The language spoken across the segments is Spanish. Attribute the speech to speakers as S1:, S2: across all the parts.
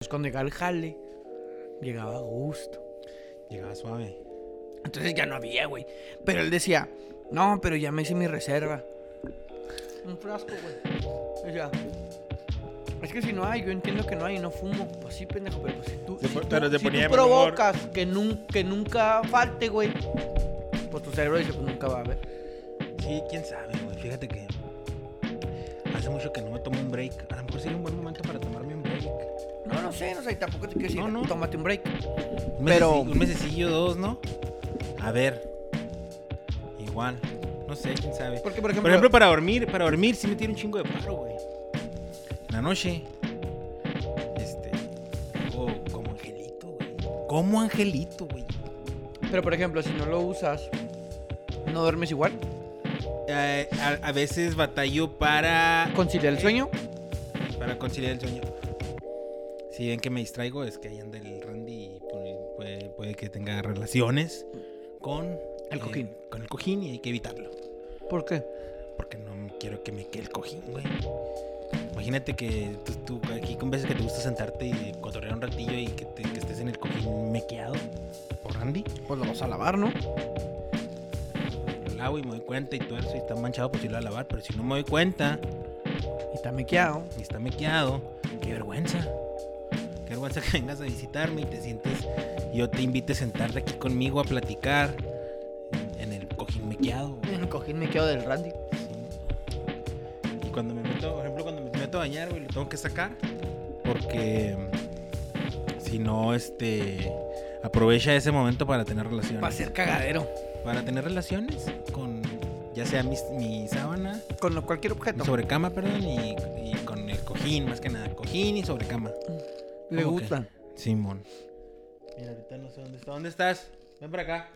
S1: Entonces cuando llegaba el jale, llegaba a gusto.
S2: Llegaba suave.
S1: Entonces ya no había, güey. Pero él decía, no, pero ya me hice mi reserva. Un frasco, güey. Decía, es que si no hay, yo entiendo que no hay y no fumo. Pues sí, pendejo, pero pues si tú,
S2: Se
S1: si
S2: po-
S1: tú-
S2: pero se
S1: si tú
S2: ponía de mal humor.
S1: provocas que, nun- que nunca falte, güey, pues tu cerebro dice, pues nunca va a haber.
S2: Sí, quién sabe, güey. Fíjate que hace mucho que no me tomo un break. A lo mejor sería un buen momento para tomarme un break.
S1: No, no sé, no sé, tampoco te quiero decir,
S2: No, no.
S1: tómate un break.
S2: Un
S1: Pero-
S2: mesecillo- Un mesecillo, dos, ¿no? A ver. Igual. No sé, quién sabe.
S1: Porque, por
S2: Por
S1: ejemplo,
S2: ejemplo, para dormir, para dormir sí me tiene un chingo de paro, güey. En la noche, este, hago como angelito, güey. Como angelito, güey.
S1: pero por ejemplo, si no lo usas, ¿no duermes igual?
S2: Eh, a, a veces batallo para, eh,
S1: ¿Conciliar el sueño?
S2: para conciliar el sueño. Si ven que me distraigo, es que ahí anda el Randy y puede, puede- puede que tenga relaciones con eh,
S1: El cojín.
S2: Con el cojín y hay que evitarlo.
S1: ¿Por qué?
S2: Porque no quiero que me quede el cojín, güey. Imagínate que tú, tú aquí con veces que te gusta sentarte y cotorrear un ratillo y que, te- que estés en el cojín mequeado por Randy.
S1: Pues lo vas a lavar, ¿no?
S2: Lo lavo y me doy cuenta y tuerzo y está manchado, pues yo lo voy a lavar. Pero si no me doy cuenta
S1: Y está mequeado.
S2: y está mequeado, qué vergüenza. Qué vergüenza que vengas a visitarme y te sientes, yo te invite a sentarte aquí conmigo a platicar en el cojín mequeado. güey.
S1: El cojín mequeado del Randy.
S2: Sí. Y cuando me meto, por ejemplo, cuando me meto a bañar, güey, lo tengo que sacar. Porque mm, si no, este. Aprovecha ese momento para tener relaciones.
S1: Va a ser cagadero.
S2: Para tener relaciones con. Ya sea mis- mi, sábana,
S1: Con lo- cualquier
S2: mi
S1: objeto.
S2: sobrecama, perdón, y, y con el cojín, más que nada. Cojín y sobrecama.
S1: Le
S2: ¿Cómo que?
S1: gustan.
S2: Simón. Mira, ahorita no sé dónde está. ¿Dónde estás? Ven para acá.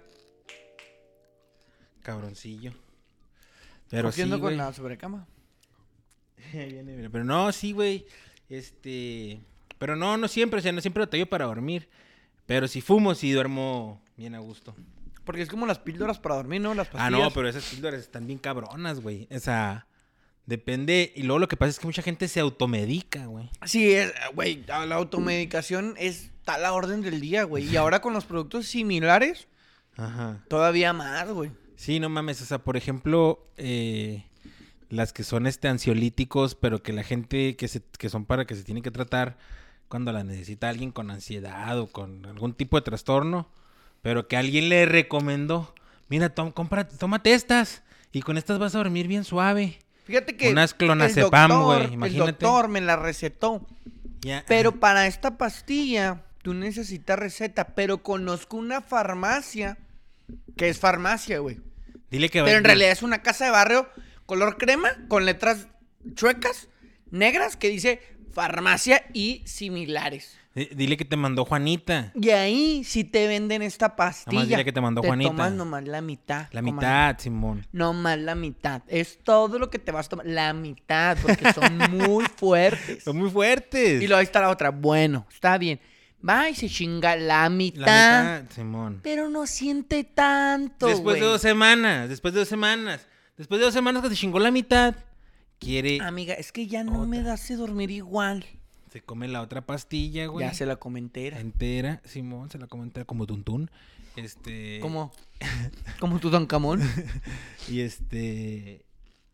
S2: Cabroncillo. Pero sí,
S1: Cogiendo con
S2: güey.
S1: la sobrecama.
S2: Ahí viene, mira. Pero no, sí, güey. Este. Pero no, no siempre, o sea, no siempre batallo para dormir. Pero si fumo, sí duermo bien a gusto.
S1: Porque es como las píldoras para dormir, ¿no? Las pastillas.
S2: Ah, no, pero esas píldoras están bien cabronas, güey. O sea, depende. Y luego lo que pasa es que mucha gente se automedica, güey.
S1: Sí, es- güey, a la automedicación está a la orden del día, güey. Y ahora con los productos similares,
S2: Ajá.
S1: todavía más, güey.
S2: Sí, no mames. O sea, por ejemplo, eh, las que son este ansiolíticos, pero que la gente que, se- que son para que se tienen que tratar cuando la necesita alguien con ansiedad o con algún tipo de trastorno, pero que alguien le recomendó, mira, tom- compra- tómate estas y con estas vas a dormir bien suave.
S1: Fíjate que
S2: Unas clonazepam, güey, imagínate.
S1: el doctor me la recetó.
S2: Ya,
S1: Pero
S2: ajá.
S1: para esta pastilla, tú necesitas receta. Pero conozco una farmacia que es farmacia, güey.
S2: dile que
S1: Pero en
S2: vende-
S1: realidad es una casa de barrio color crema con letras chuecas, negras, que dice farmacia y similares.
S2: di- dile que te mandó Juanita.
S1: Y ahí sí te venden esta pastilla.
S2: dile que te mandó Juanita.
S1: tomas nomás la mitad.
S2: La
S1: comadre.
S2: mitad, Simón.
S1: Nomás la mitad. Es todo lo que te vas a tomar. La mitad, porque son muy fuertes.
S2: Son muy fuertes.
S1: Y luego ahí está la otra. Bueno, está bien. Va y se chinga la
S2: La
S1: mitad.
S2: mitad, Simón.
S1: Pero no siente tanto.
S2: Después de
S1: güey.
S2: dos semanas, después de dos semanas, después de dos semanas que se chingó la mitad, quiere,
S1: Amiga, es que ya no
S2: Otra.
S1: me hace dormir igual.
S2: se come la otra pastilla, güey.
S1: Ya se la comenté. era.
S2: entera, Simón, se la come entera como tuntún. Este.
S1: Como, como tu Don Camón.
S2: Y este.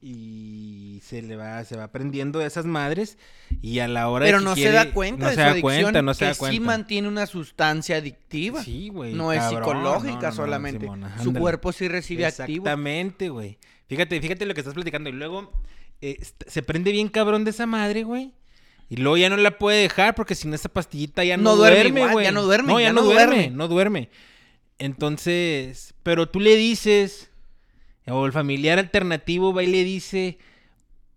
S2: Y se le va, se va prendiendo de esas madres. Y a la hora de
S1: Pero
S2: que
S1: no
S2: quiere-
S1: se da cuenta
S2: no
S1: de su
S2: se da
S1: adicción
S2: cuenta, no se
S1: que
S2: da cuenta.
S1: sí mantiene una sustancia adictiva.
S2: Sí, güey.
S1: no es
S2: cabrón,
S1: psicológica
S2: no, no, no,
S1: solamente.
S2: Simón, ajá,
S1: Su
S2: ándale.
S1: cuerpo sí recibe activo.
S2: Exactamente, güey. Fíjate, fíjate lo que estás platicando. Y luego eh, est- se prende bien cabrón de esa madre, güey. Y luego ya no la puede dejar porque sin esa pastillita ya no,
S1: No duerme
S2: duerme,
S1: igual,
S2: güey.
S1: ya no duerme,
S2: No, ya, no, duerme, no duerme. Entonces, pero tú le dices, o el familiar alternativo va y le dice,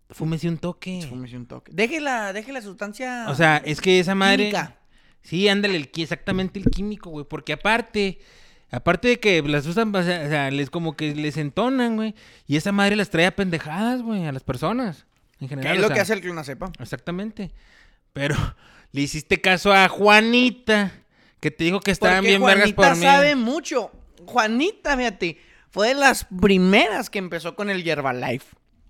S2: fúmese un toque.
S1: Fúmese un toque. Déjela, deje la sustancia.
S2: O sea, es que esa madre...
S1: química.
S2: Sí, ándale, el, qui- exactamente el químico, güey. Porque aparte, aparte de que las usan, o sea, o sea, les como que les entonan, güey. Y esa madre las trae a pendejadas, güey, a las personas. En
S1: Que
S2: general.
S1: es
S2: o
S1: lo
S2: sea,
S1: que hace el clonazepam.
S2: Exactamente. Pero le hiciste caso a Juanita, que te dijo que estaban
S1: Porque
S2: bien vergas
S1: Juanita
S2: por mí.
S1: sabe mucho. Juanita, fíjate, fue de las primeras que empezó con el Herbalife.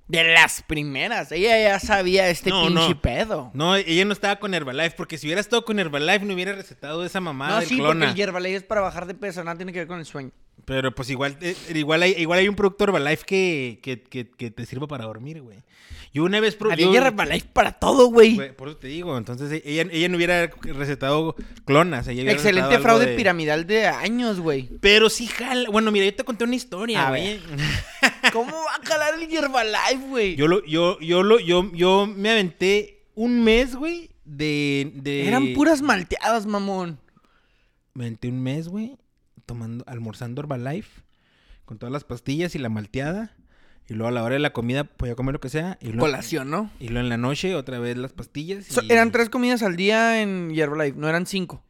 S1: De las primeras. Ella ya sabía este
S2: No,
S1: pinche
S2: no.
S1: pedo.
S2: No, ella no estaba con Herbalife, porque si hubiera estado con Herbalife no hubiera recetado esa mamada
S1: no,
S2: del
S1: sí,
S2: clona.
S1: porque el Herbalife es para bajar de peso, nada tiene que ver con el sueño.
S2: Pero pues igual, eh, igual, hay, igual hay un producto Herbalife que, que, que- que te sirva para dormir, güey. Yo una vez... probé...
S1: Había Herbalife para todo, güey.
S2: Güey, Por eso te digo, entonces eh, ella, ella no hubiera recetado clonas. ella hubiera recetado
S1: Excelente
S2: algo
S1: fraude
S2: de-
S1: piramidal de años, güey.
S2: Pero sí jala. Bueno, mira, yo te conté una historia,
S1: A
S2: güey.
S1: ¿Cómo va a calar el Herbalife, güey?
S2: Yo lo, yo, yo lo, yo, yo me aventé un mes, güey, de, de-
S1: Eran puras malteadas, mamón.
S2: Me aventé un mes, güey, tomando, almorzando Herbalife con todas las pastillas y la malteada. Y luego a la hora de la comida podía comer lo que sea. Y luego,
S1: Colación, ¿no?
S2: Y luego en la noche otra vez las pastillas.
S1: So-
S2: y-
S1: eran tres comidas al día en Herbalife, no eran cinco.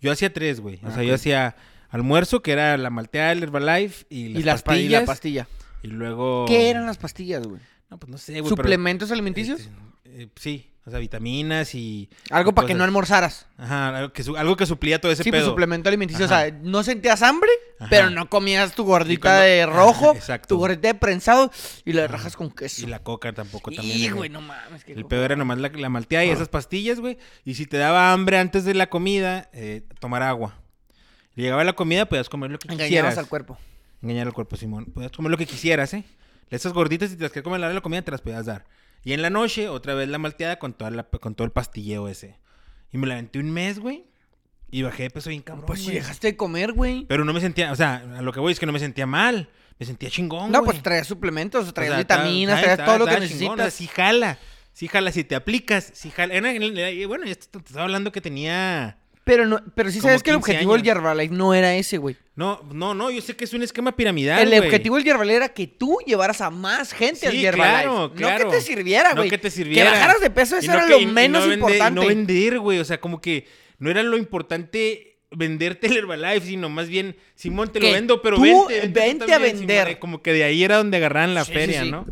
S2: Yo hacía tres, güey. O
S1: Ah,
S2: sea,
S1: ok.
S2: yo hacía almuerzo, que era la malteada, el Herbalife y las,
S1: y las pa- y
S2: pastillas.
S1: la pastilla.
S2: Y luego...
S1: ¿Qué eran las pastillas, güey?
S2: No, pues no sé, güey. pero-
S1: ¿Suplementos alimenticios?
S2: Este, eh, sí, o sea, vitaminas y...
S1: Algo
S2: y
S1: para que no
S2: cosas.
S1: almorzaras.
S2: Ajá, algo que, su- algo que suplía todo ese
S1: Sí, pues
S2: pedo.
S1: suplemento alimenticio. O
S2: Ajá.
S1: sea, no sentías hambre,
S2: Ajá.
S1: pero no comías tu gordita
S2: Y cuando-
S1: de rojo,
S2: Ajá, exacto.
S1: tu gordita de prensado y la rajas con
S2: Y
S1: queso.
S2: la coca tampoco también.
S1: Y,
S2: era-
S1: güey, no mames. qué
S2: El
S1: loco. Ah.
S2: pedo era nomás la, la malteada y esas pastillas, güey. Y si te daba hambre antes de la comida, eh, tomar agua. Llegaba la comida, podías comer lo que
S1: Engañabas
S2: quisieras.
S1: al cuerpo.
S2: Engañar al cuerpo, Simón. Podías comer lo que quisieras, ¿eh? Esas gorditas, si te las querías comer a la hora de la comida, te las podías dar. Y en la noche, otra vez la malteada con, toda la- con todo el pastilleo ese. Y me la aventé un mes, güey. Y bajé de peso bien cabrón.
S1: Pues si
S2: güey.
S1: dejaste de comer, güey.
S2: Pero no me sentía, o sea, a lo que voy es que no me sentía mal. Me sentía chingón,
S1: No,
S2: güey.
S1: pues traías suplementos, traías
S2: O sea,
S1: vitaminas,
S2: estaba-
S1: traías todo lo que
S2: estaba chingón, o sea,
S1: necesitas.
S2: Sí jala, sí jala, si te aplicas, sí jala. Era- era- era- bueno, ya te, te estaba hablando que tenía...
S1: Pero, no, pero sí
S2: Como
S1: sabes que el
S2: 15
S1: objetivo del
S2: años.
S1: Herbalife no era ese, güey.
S2: No, no, no, yo sé que es un esquema piramidal,
S1: el
S2: güey.
S1: objetivo del Herbalife era que tú llevaras a más gente al
S2: Sí,
S1: Herbalife.
S2: claro,
S1: No
S2: claro.
S1: que te sirviera,
S2: No
S1: güey.
S2: que te
S1: Que
S2: sirviera.
S1: bajaras de peso,
S2: Y
S1: eso
S2: no
S1: era
S2: que- y
S1: lo
S2: no
S1: menos
S2: vende- y
S1: importante.
S2: no vender, güey, o sea, como que no era lo importante venderte el Herbalife, sino más bien, Simón, te lo
S1: Que
S2: vendo, pero
S1: tú
S2: vente. tú
S1: vente a
S2: también, Simón. Eh,
S1: vender.
S2: como que de ahí era donde agarraban la
S1: Sí, sí,
S2: feria,
S1: sí.
S2: ¿no?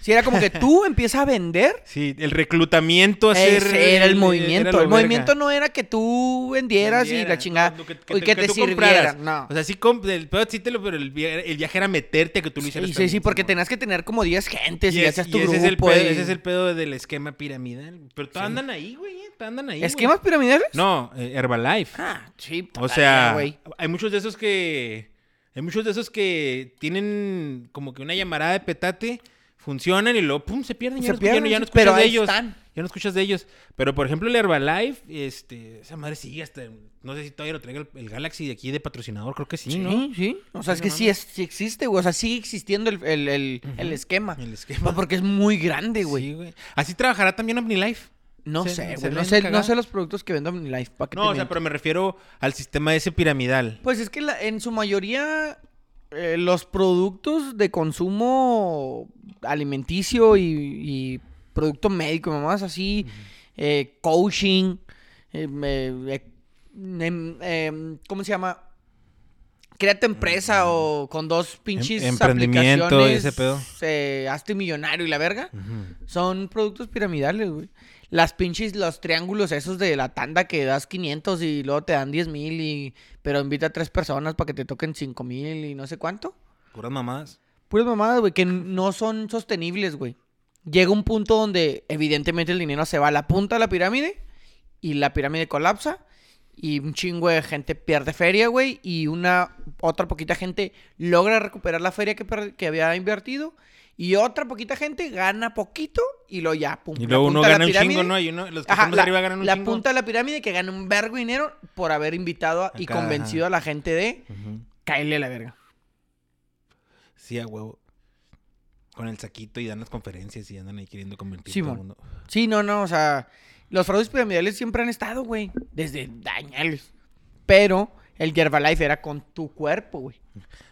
S1: Si era como que tú empiezas a vender,
S2: Sí, el reclutamiento, hacer...
S1: ese era el movimiento.
S2: Pues lo
S1: el movimiento
S2: verga.
S1: no era que tú vendieras y la
S2: Vendiera,
S1: chingada.
S2: lo
S1: y que, te
S2: tú
S1: sirviera.
S2: compraras.
S1: No.
S2: O sea, sí, comp- el pedo sí te lo, pero el via- el viaje, era meterte a que tú lo
S1: Sí,
S2: hicieras.
S1: sí,
S2: también,
S1: sí, porque
S2: Simón.
S1: tenías que tener como 10 gentes y,
S2: es-
S1: hacías tu
S2: y ese
S1: grupo.
S2: Es el pedo,
S1: y-
S2: Ese es el pedo del esquema piramidal. Pero todos
S1: Sí.
S2: andan ahí, güey. eh, Todos andan ahí. güey.
S1: ¿Esquemas piramidales?
S2: No, eh, Herbalife.
S1: Ah, sí.
S2: o
S1: todavía,
S2: sea,
S1: güey.
S2: hay muchos de esos que. Hay muchos de esos que tienen como que una llamarada de petate, funcionan y luego, pum, se pierden. Ya,
S1: Se
S2: no, escu- ya no-
S1: pierden,
S2: ya no
S1: sí, pero
S2: escuchas de
S1: ahí
S2: ellos.
S1: están.
S2: Ya no escuchas de ellos. Pero por ejemplo, el Herbalife, este, esa madre sigue hasta. No sé si todavía lo traiga el, el Galaxy de aquí de patrocinador, creo que sí,
S1: Sí,
S2: ¿no?
S1: sí. O sea, es
S2: Sí,
S1: que
S2: no
S1: sí, es, sí existe, güey. O sea, sigue existiendo el, el, el, el esquema.
S2: El esquema.
S1: No, Porque es muy grande, güey.
S2: Sí, güey. Así trabajará también OmniLife.
S1: No sé,
S2: Se- se
S1: güey.
S2: le
S1: No
S2: han
S1: sé, no
S2: cagado.
S1: sé los productos que vendo en Life para que
S2: No, o sea, pero me refiero al sistema ese piramidal.
S1: Pues es que la- en su mayoría eh, los productos de consumo alimenticio y, y producto médico, mamás así, eh, coaching, eh, eh, eh, em, em, ¿cómo se llama? Créate empresa o con dos pinches
S2: Em- emprendimiento y
S1: aplicaciones,
S2: ese pedo.
S1: eh, hazte millonario y la verga.
S2: Ujú.
S1: Son productos piramidales, güey. Las pinches, los triángulos esos de la tanda que das 500 y luego te dan 10 mil y... Pero invita a tres personas para que te toquen 5 mil y no sé cuánto.
S2: Puras mamadas.
S1: Puras mamadas, güey, que n- no son sostenibles, güey. Llega un punto donde evidentemente el dinero se va a la punta de la pirámide y la pirámide colapsa y un chingo de gente pierde feria, güey, y una otra poquita gente logra recuperar la feria que, per- que había invertido y otra poquita gente gana poquito y luego ya, pum,
S2: Y
S1: la
S2: luego uno
S1: punta de la
S2: gana un
S1: pirámide-
S2: chingo, ¿no? Y uno, los que
S1: Ajá,
S2: estamos
S1: la,
S2: arriba ganan un
S1: la
S2: chingo.
S1: punta de la pirámide que gana un vergo de dinero por haber invitado a- y
S2: Acá, ajá.
S1: convencido a la gente de
S2: Ujú.
S1: caerle a la verga.
S2: Sí, a huevo. Con el saquito y dan las conferencias y andan ahí queriendo convertir todo
S1: Simón.
S2: el mundo.
S1: Sí, no, no, o sea, los fraudes piramidales siempre han estado, güey, desde dañales. Pero el Herbalife era con tu cuerpo, güey.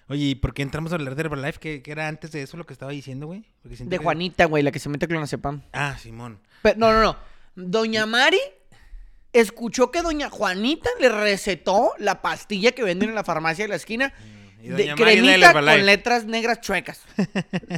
S2: Oye, ¿y por qué entramos a hablar de Herbalife? ¿Qué, qué era antes de eso lo que estaba diciendo, güey? Porque siento
S1: De
S2: que-
S1: Juanita, güey, la que se mete con la Cepam.
S2: Ah, Simón.
S1: Pero, no, no, no. Doña Mari escuchó que Doña Juanita le recetó la pastilla que venden en la farmacia de la esquina
S2: Y
S1: de
S2: doña Mari, dale
S1: cremita con
S2: Herbalife.
S1: letras negras chuecas.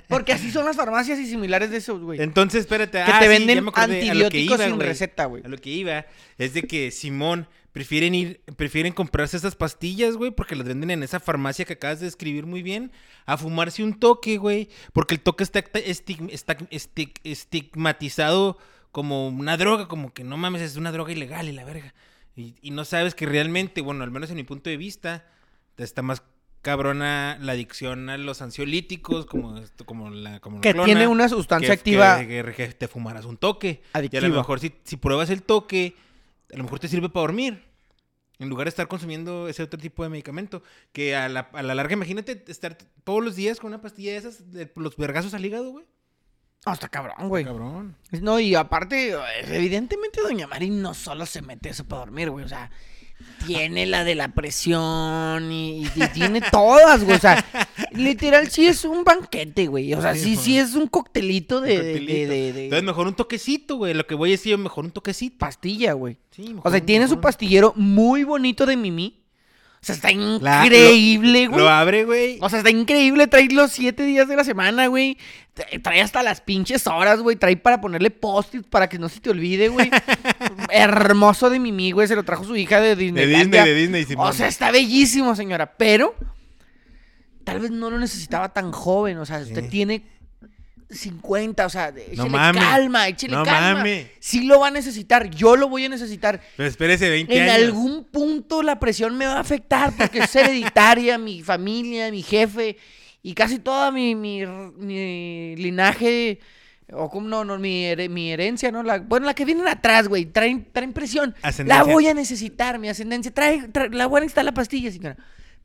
S1: Porque así son las farmacias y similares de esos, güey.
S2: Entonces, espérate.
S1: Que
S2: ah,
S1: te
S2: sí, ya
S1: venden
S2: me acordé, a lo que
S1: antibióticos
S2: iba,
S1: sin
S2: güey.
S1: receta, güey.
S2: A lo que iba es de que Simón prefieren ir, prefieren comprarse esas pastillas, güey, porque las venden en esa farmacia que acabas de describir muy bien, a fumarse un toque, güey, porque el toque está, acta- estig- está estig- estigmatizado como una droga, como que no mames, es una droga ilegal y la verga. Y, y no sabes que realmente, bueno, al menos en mi punto de vista, está más cabrona la adicción a los ansiolíticos, como, esto- como la como la
S1: Que
S2: clona
S1: tiene una sustancia
S2: que-
S1: activa.
S2: Que, que- que te fumaras un toque. Y a
S1: Adictiva.
S2: lo mejor si, si pruebas el toque, a lo mejor te sirve para dormir. En lugar de estar consumiendo ese otro tipo de medicamento. Que a la, a la larga, imagínate estar todos los días con una pastilla de esas, de los vergazos al hígado, güey.
S1: No, está cabrón, güey.
S2: Cabrón.
S1: No, y aparte, eh, evidentemente Doña Mari no solo se mete eso para dormir, güey. O sea, tiene la de la presión y, y tiene todas, güey. O sea, literal sí es un banquete, güey. O sea, sí, sí es un coctelito de, de- de- de- de
S2: Entonces, mejor un toquecito, güey. Lo que voy a decir, mejor un toquecito.
S1: pastilla, güey.
S2: Sí, mejor
S1: O sea,
S2: un-
S1: tiene su
S2: mejor un-
S1: pastillero muy bonito de Mimi. O sea, está
S2: La-
S1: increíble, güey.
S2: Lo abre, güey.
S1: O sea, está increíble, trae los siete días de la semana, güey. Tra- Trae hasta las pinches horas, güey. Trae para ponerle post para que no se te olvide, güey. Hermoso de Mimi, güey. Se lo trajo su hija de Disney.
S2: De Disney, de Disney. Simón.
S1: O sea, está bellísimo, señora. Pero tal vez no lo necesitaba tan joven. O sea, usted
S2: Sí.
S1: tiene 50, o sea, échele
S2: mames.
S1: calma, échele
S2: No
S1: calma.
S2: mames.
S1: Sí lo va a necesitar, yo lo voy a necesitar.
S2: Pero espérese, 20
S1: En
S2: años.
S1: algún punto la presión me va a afectar porque es hereditaria, mi familia, mi jefe y casi todo mi, mi- mi linaje, o como no, no, mi, here- mi herencia, ¿no? La, bueno, la que vienen atrás, güey, traen, traen presión. La
S2: Ascendencia.
S1: voy a necesitar, mi ascendencia. Trae, trae- la voy a necesitar la pastilla, señora.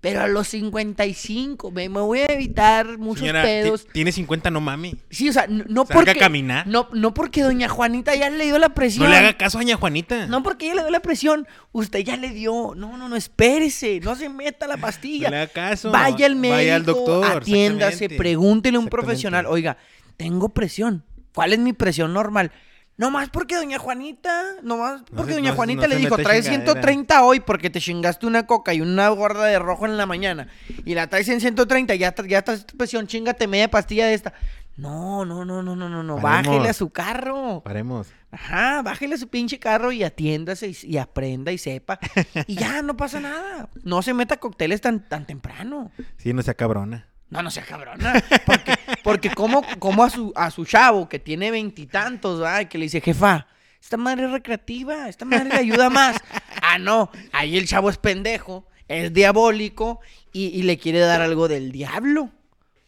S1: Pero a los 55 me, me voy a evitar muchos
S2: Señora, ti-
S1: pedos.
S2: tiene 50, no mami.
S1: Sí, o sea, no, no
S2: Salga
S1: porque...
S2: a caminar.
S1: No, no porque doña Juanita ya le dio la presión.
S2: No le haga caso a Doña Juanita.
S1: No, porque ella le dio la presión. Usted ya le dio. No, no, no, espérese. No se meta la pastilla.
S2: No le haga caso.
S1: Vaya al médico.
S2: Vaya al doctor,
S1: Atiéndase,
S2: exactamente.
S1: pregúntele a un
S2: Exactamente.
S1: profesional. Oiga, tengo presión. ¿Cuál es mi presión normal? Nomás porque doña Juanita, nomás
S2: No
S1: porque
S2: se-
S1: doña
S2: no se-
S1: Juanita
S2: no
S1: le
S2: se
S1: dijo,
S2: meta
S1: traes
S2: chingadera".
S1: 130 hoy porque te chingaste una coca y una gorda de rojo en la mañana. Y la traes en 130, ya, tra- ya traes presión, chingate media pastilla de esta. No, no, no, no, no, no, no.
S2: Paremos.
S1: Bájele a su carro.
S2: Paremos.
S1: Ajá, bájele su pinche carro y atiéndase y, y aprenda y sepa. Y ya, no pasa nada. No se meta cócteles tan, tan temprano.
S2: Sí, no sea cabrona.
S1: No, no sea cabrona. Porque, porque como, como a, su, a su chavo que tiene veintitantos, ¿verdad? Y que le dice, jefa, esta madre es recreativa, esta madre le ayuda más. Ah, no, ahí el chavo es pendejo, es diabólico y, y le quiere dar algo del diablo.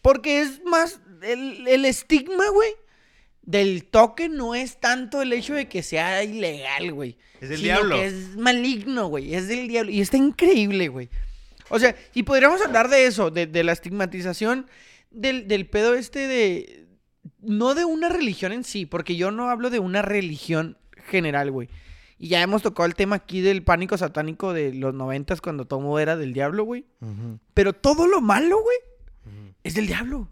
S1: Porque es más, el, el estigma, güey, del toque no es tanto el hecho de que sea ilegal, güey.
S2: Es del
S1: sino
S2: diablo.
S1: que es maligno, güey, es del diablo. Y está increíble, güey. O sea, y podríamos hablar de eso, de, de la estigmatización del, del pedo este de... No de una religión en sí, porque yo no hablo de una religión general, güey. Y ya hemos tocado el tema aquí del pánico satánico de los noventas cuando todo era del diablo, güey. Pero todo lo malo, güey, es del diablo.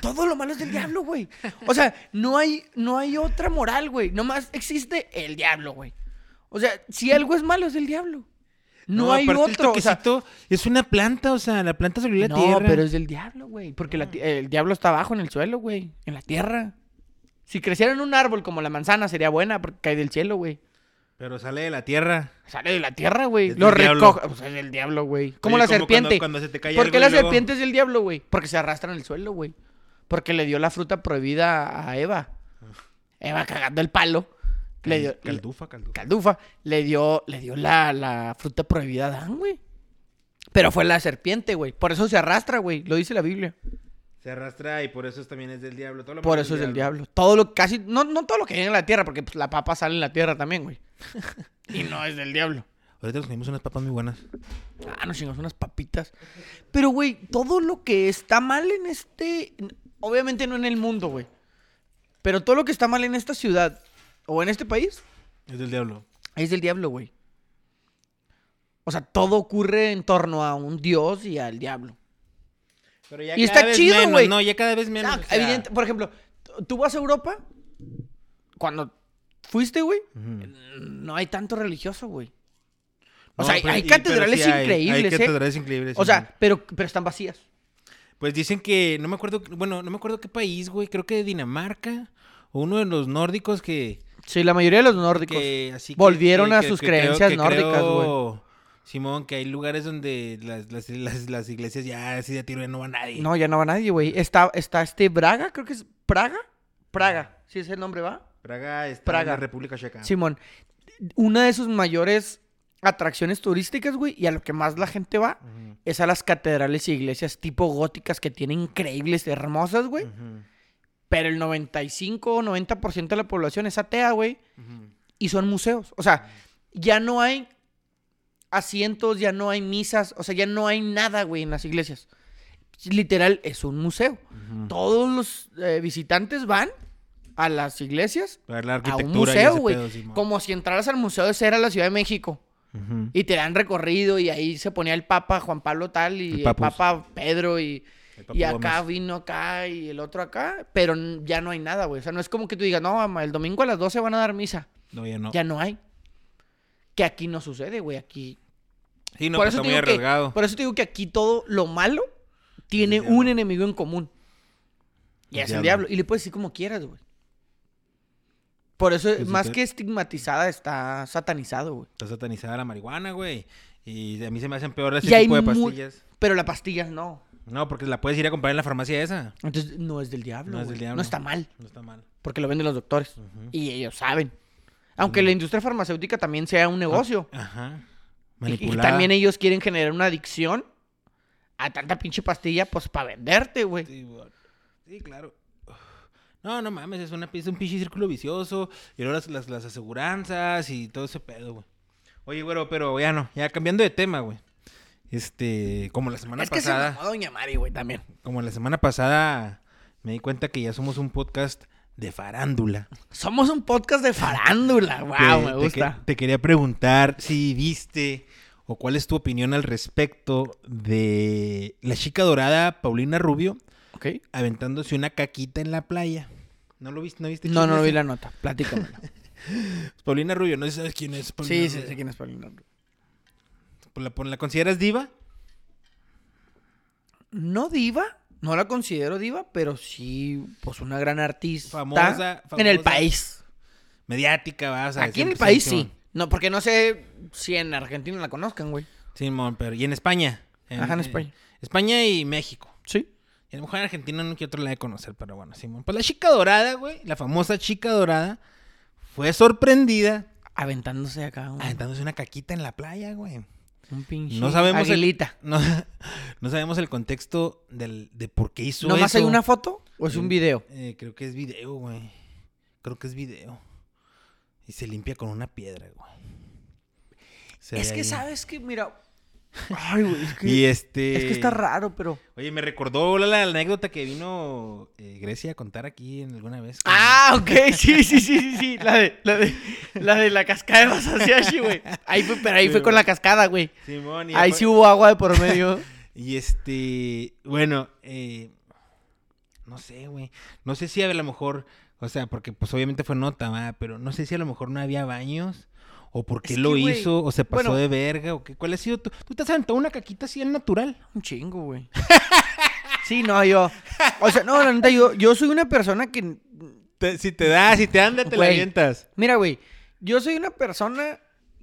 S1: Todo lo malo es del diablo, güey. O sea, no hay, no hay otra moral, güey. Nomás existe el diablo, güey. O sea, si algo es malo, es del diablo. No, hay
S2: aparte El
S1: otro. o sea,
S2: toquecito es una planta, o sea, la planta sobre la
S1: no,
S2: tierra. Ah.
S1: pero es del diablo, güey. Porque la ti- el diablo está abajo en el suelo, güey. En la tierra. Si creciera en un árbol como la manzana, sería buena porque cae del cielo, güey.
S2: Pero sale de la tierra.
S1: Sale de la tierra, güey.
S2: Es
S1: Lo
S2: del diablo.
S1: recoge. Pues es del diablo, güey. Como
S2: Oye,
S1: la
S2: cuando-
S1: serpiente.
S2: Cuando, se te cae
S1: ¿Por qué
S2: algo y
S1: la
S2: luego-
S1: serpiente es del diablo, güey? Porque se arrastra en el suelo, güey. Porque le dio la fruta prohibida a Eva. Eva cagando el palo. Le dio,
S2: Caldufa, caldufa.
S1: Caldufa le dio, le dio la, la fruta prohibida a Adán, güey. Pero fue la serpiente, güey. Por eso se arrastra, güey. Lo dice la Biblia.
S2: Se arrastra y por eso es- también es del diablo. Todo lo
S1: Por
S2: malo
S1: eso es del diablo. Todo lo casi. No, no todo lo que hay en la tierra, porque pues, la papa sale en la tierra también, güey. y no es del diablo.
S2: Ahorita nos comimos unas papas muy buenas.
S1: Ah, nos chingamos unas papitas. Pero, güey, todo lo que está mal en este. Obviamente no en el mundo, güey. Pero todo lo que está mal en esta ciudad o en este país
S2: Es del diablo.
S1: es del diablo, güey. O sea, todo ocurre en torno a un dios y al diablo.
S2: Pero ya
S1: Y está chido,
S2: menos,
S1: güey.
S2: No, ya cada vez menos.
S1: Ah,
S2: o sea.
S1: evidente- por ejemplo, t- tú vas a Europa, cuando fuiste, güey,
S2: Ujú.
S1: no hay tanto religioso, güey. O
S2: No,
S1: sea, hay,
S2: pero-
S1: hay
S2: y- pero
S1: catedrales
S2: sí hay- hay
S1: increíbles, ¿eh?
S2: catedrales increíbles.
S1: O
S2: sí,
S1: sea, pero, pero están vacías.
S2: Pues dicen que, no me acuerdo, bueno, no me acuerdo qué país, güey, creo que de Dinamarca, o uno de los nórdicos que,
S1: Sí, la mayoría de los nórdicos.
S2: que así que-
S1: Volvieron
S2: que-
S1: a
S2: que-
S1: sus
S2: que creo-
S1: creencias
S2: que
S1: nórdicas,
S2: creo, Simón, que hay lugares donde las, las, las, las iglesias ya así de tiro ya no va nadie.
S1: No, ya no va nadie, güey. Está, está este Braga, creo que es Praga. Praga, si es el nombre, ¿va?
S2: Praga está en
S1: Praga.
S2: la República Checa.
S1: Simón, una de sus mayores atracciones turísticas, güey, y a lo que más la gente va,
S2: Ujú,
S1: es a las catedrales e iglesias tipo góticas que tienen increíbles, hermosas, güey.
S2: ujú,
S1: Pero el 95 o 90% de la población es atea, güey.
S2: ujú.
S1: y son museos. O sea, ya no hay asientos, ya no hay misas, o sea, ya no hay nada, güey, en las iglesias. Literal, es un museo.
S2: Ujú.
S1: Todos los eh, visitantes van a las iglesias,
S2: Para ver la
S1: a un
S2: arquitectura y
S1: museo,
S2: ese
S1: güey.
S2: pedo, Simón.
S1: Como si entraras al Museo de Cera a la Ciudad de México
S2: Ujú.
S1: y te dan recorrido y ahí se ponía el Papa Juan Pablo tal
S2: El
S1: y el,
S2: Papus.
S1: Papa Pedro y...
S2: El Papu
S1: Y acá
S2: Gómez.
S1: vino acá y el otro acá, pero n- ya no hay nada, güey. O sea, no es como que tú digas, no, mamá, el domingo a las 12 van a dar misa.
S2: No, ya no.
S1: Ya no hay. Que aquí no sucede, güey. Aquí.
S2: Sí, no,
S1: por,
S2: pues
S1: eso te
S2: está muy
S1: digo que,
S2: arriesgado.
S1: por eso te digo que aquí todo lo malo tiene
S2: El
S1: un
S2: diablo.
S1: enemigo en común. Y
S2: El
S1: es el
S2: diablo.
S1: diablo. Y le puedes decir como quieras, güey. Por eso,
S2: Pues sí,
S1: más
S2: pero-
S1: que estigmatizada, está satanizado, güey.
S2: Está satanizada la marihuana, güey. Y a mí se me hacen peor ese
S1: Y hay
S2: tipo de
S1: mu-
S2: pastillas.
S1: Pero la pastilla no.
S2: No, porque la puedes ir a comprar en la farmacia esa.
S1: Entonces, no es del diablo.
S2: No es del
S1: güey.
S2: diablo.
S1: No está mal,
S2: No está mal.
S1: porque lo venden los doctores.
S2: Ujú. Mm.
S1: Y ellos saben. Aunque la industria farmacéutica también sea
S2: Ah,
S1: un negocio.
S2: Ajá.
S1: Y- Y,
S2: Manipulada.
S1: también ellos quieren generar una adicción a tanta pinche pastilla, pues para venderte, güey.
S2: Sí, güey. Sí, claro. No, no mames, es, una, es un pinche círculo vicioso. Y luego las, las, las aseguranzas y todo ese pedo, güey. Oye, güero, pero ya no. Ya cambiando de tema, güey. Este, como la semana
S1: es que se
S2: pasada.
S1: mamó Doña Mari, güey, también.
S2: Como la semana pasada me di cuenta que ya somos un podcast de farándula.
S1: Somos un podcast de farándula, wow,
S2: Te-
S1: me
S2: te que-
S1: gusta.
S2: Te, quería preguntar si viste o cuál es tu opinión al respecto de la chica dorada Paulina Rubio
S1: Ok.
S2: aventándose una caquita en la playa. ¿No lo viste? ¿No viste?
S1: No,
S2: quién
S1: no
S2: es?
S1: vi la nota, platícamela.
S2: Paulina Rubio, no sé si sabes quién es. Paulina
S1: sí, sí,
S2: Rubio. Pues
S1: sé quién es Paulina Rubio.
S2: ¿La, pon- la consideras diva?
S1: No diva, no la considero diva, pero sí, pues una gran artista.
S2: Famosa, famosa.
S1: En el país.
S2: Mediática, vas a
S1: Aquí en el país sí. No, porque no sé si en Argentina la conozcan, güey.
S2: Simón, pero ¿y en España?
S1: Ajá, en España.
S2: España y México.
S1: Sí.
S2: Y a lo mejor en Argentina no que otro la de conocer, pero bueno, Simón. Pues la chica dorada, güey, la famosa chica dorada, fue sorprendida
S1: Aventándose acá un,
S2: aventándose una caquita en la playa, güey.
S1: un pinche
S2: Ah, No sabemos el-
S1: aguilita.
S2: No, no sabemos el contexto del, de por qué hizo
S1: ¿Nomás
S2: eso.
S1: hay una foto o es
S2: Eh,
S1: un video?
S2: eh, creo que es video, güey. Creo que es video. Y se limpia con una piedra, güey. Se
S1: Es
S2: ve
S1: que
S2: ahí.
S1: sabes que, mira. Ay, güey, es que,
S2: Y este...
S1: es que está raro, pero.
S2: Oye, me recordó la, la anécdota que vino eh, Grecia a contar aquí en alguna vez. con-
S1: Ah, ok, sí, sí, sí, sí, sí. La de la, de, la, de la cascada de Masashi, güey. Ahí fue, pero ahí fue con la cascada, güey.
S2: Simón. y
S1: Ahí
S2: después-
S1: sí hubo agua de por medio.
S2: Y este, bueno, eh, no sé, güey. No sé si a lo mejor, o sea, porque pues obviamente fue nota, ¿va? pero no sé si a lo mejor no había baños. O por qué
S1: Es
S2: lo
S1: que, güey,
S2: hizo, o se pasó
S1: bueno.
S2: de verga, o qué, cuál ha sido tu... Tú te has aventado una caquita así al natural.
S1: Un chingo, güey. Sí, no, yo. O sea, no, la neta, yo, yo soy una persona que.
S2: si te da, si te anda,
S1: te la avientas. Mira, güey. Yo soy una persona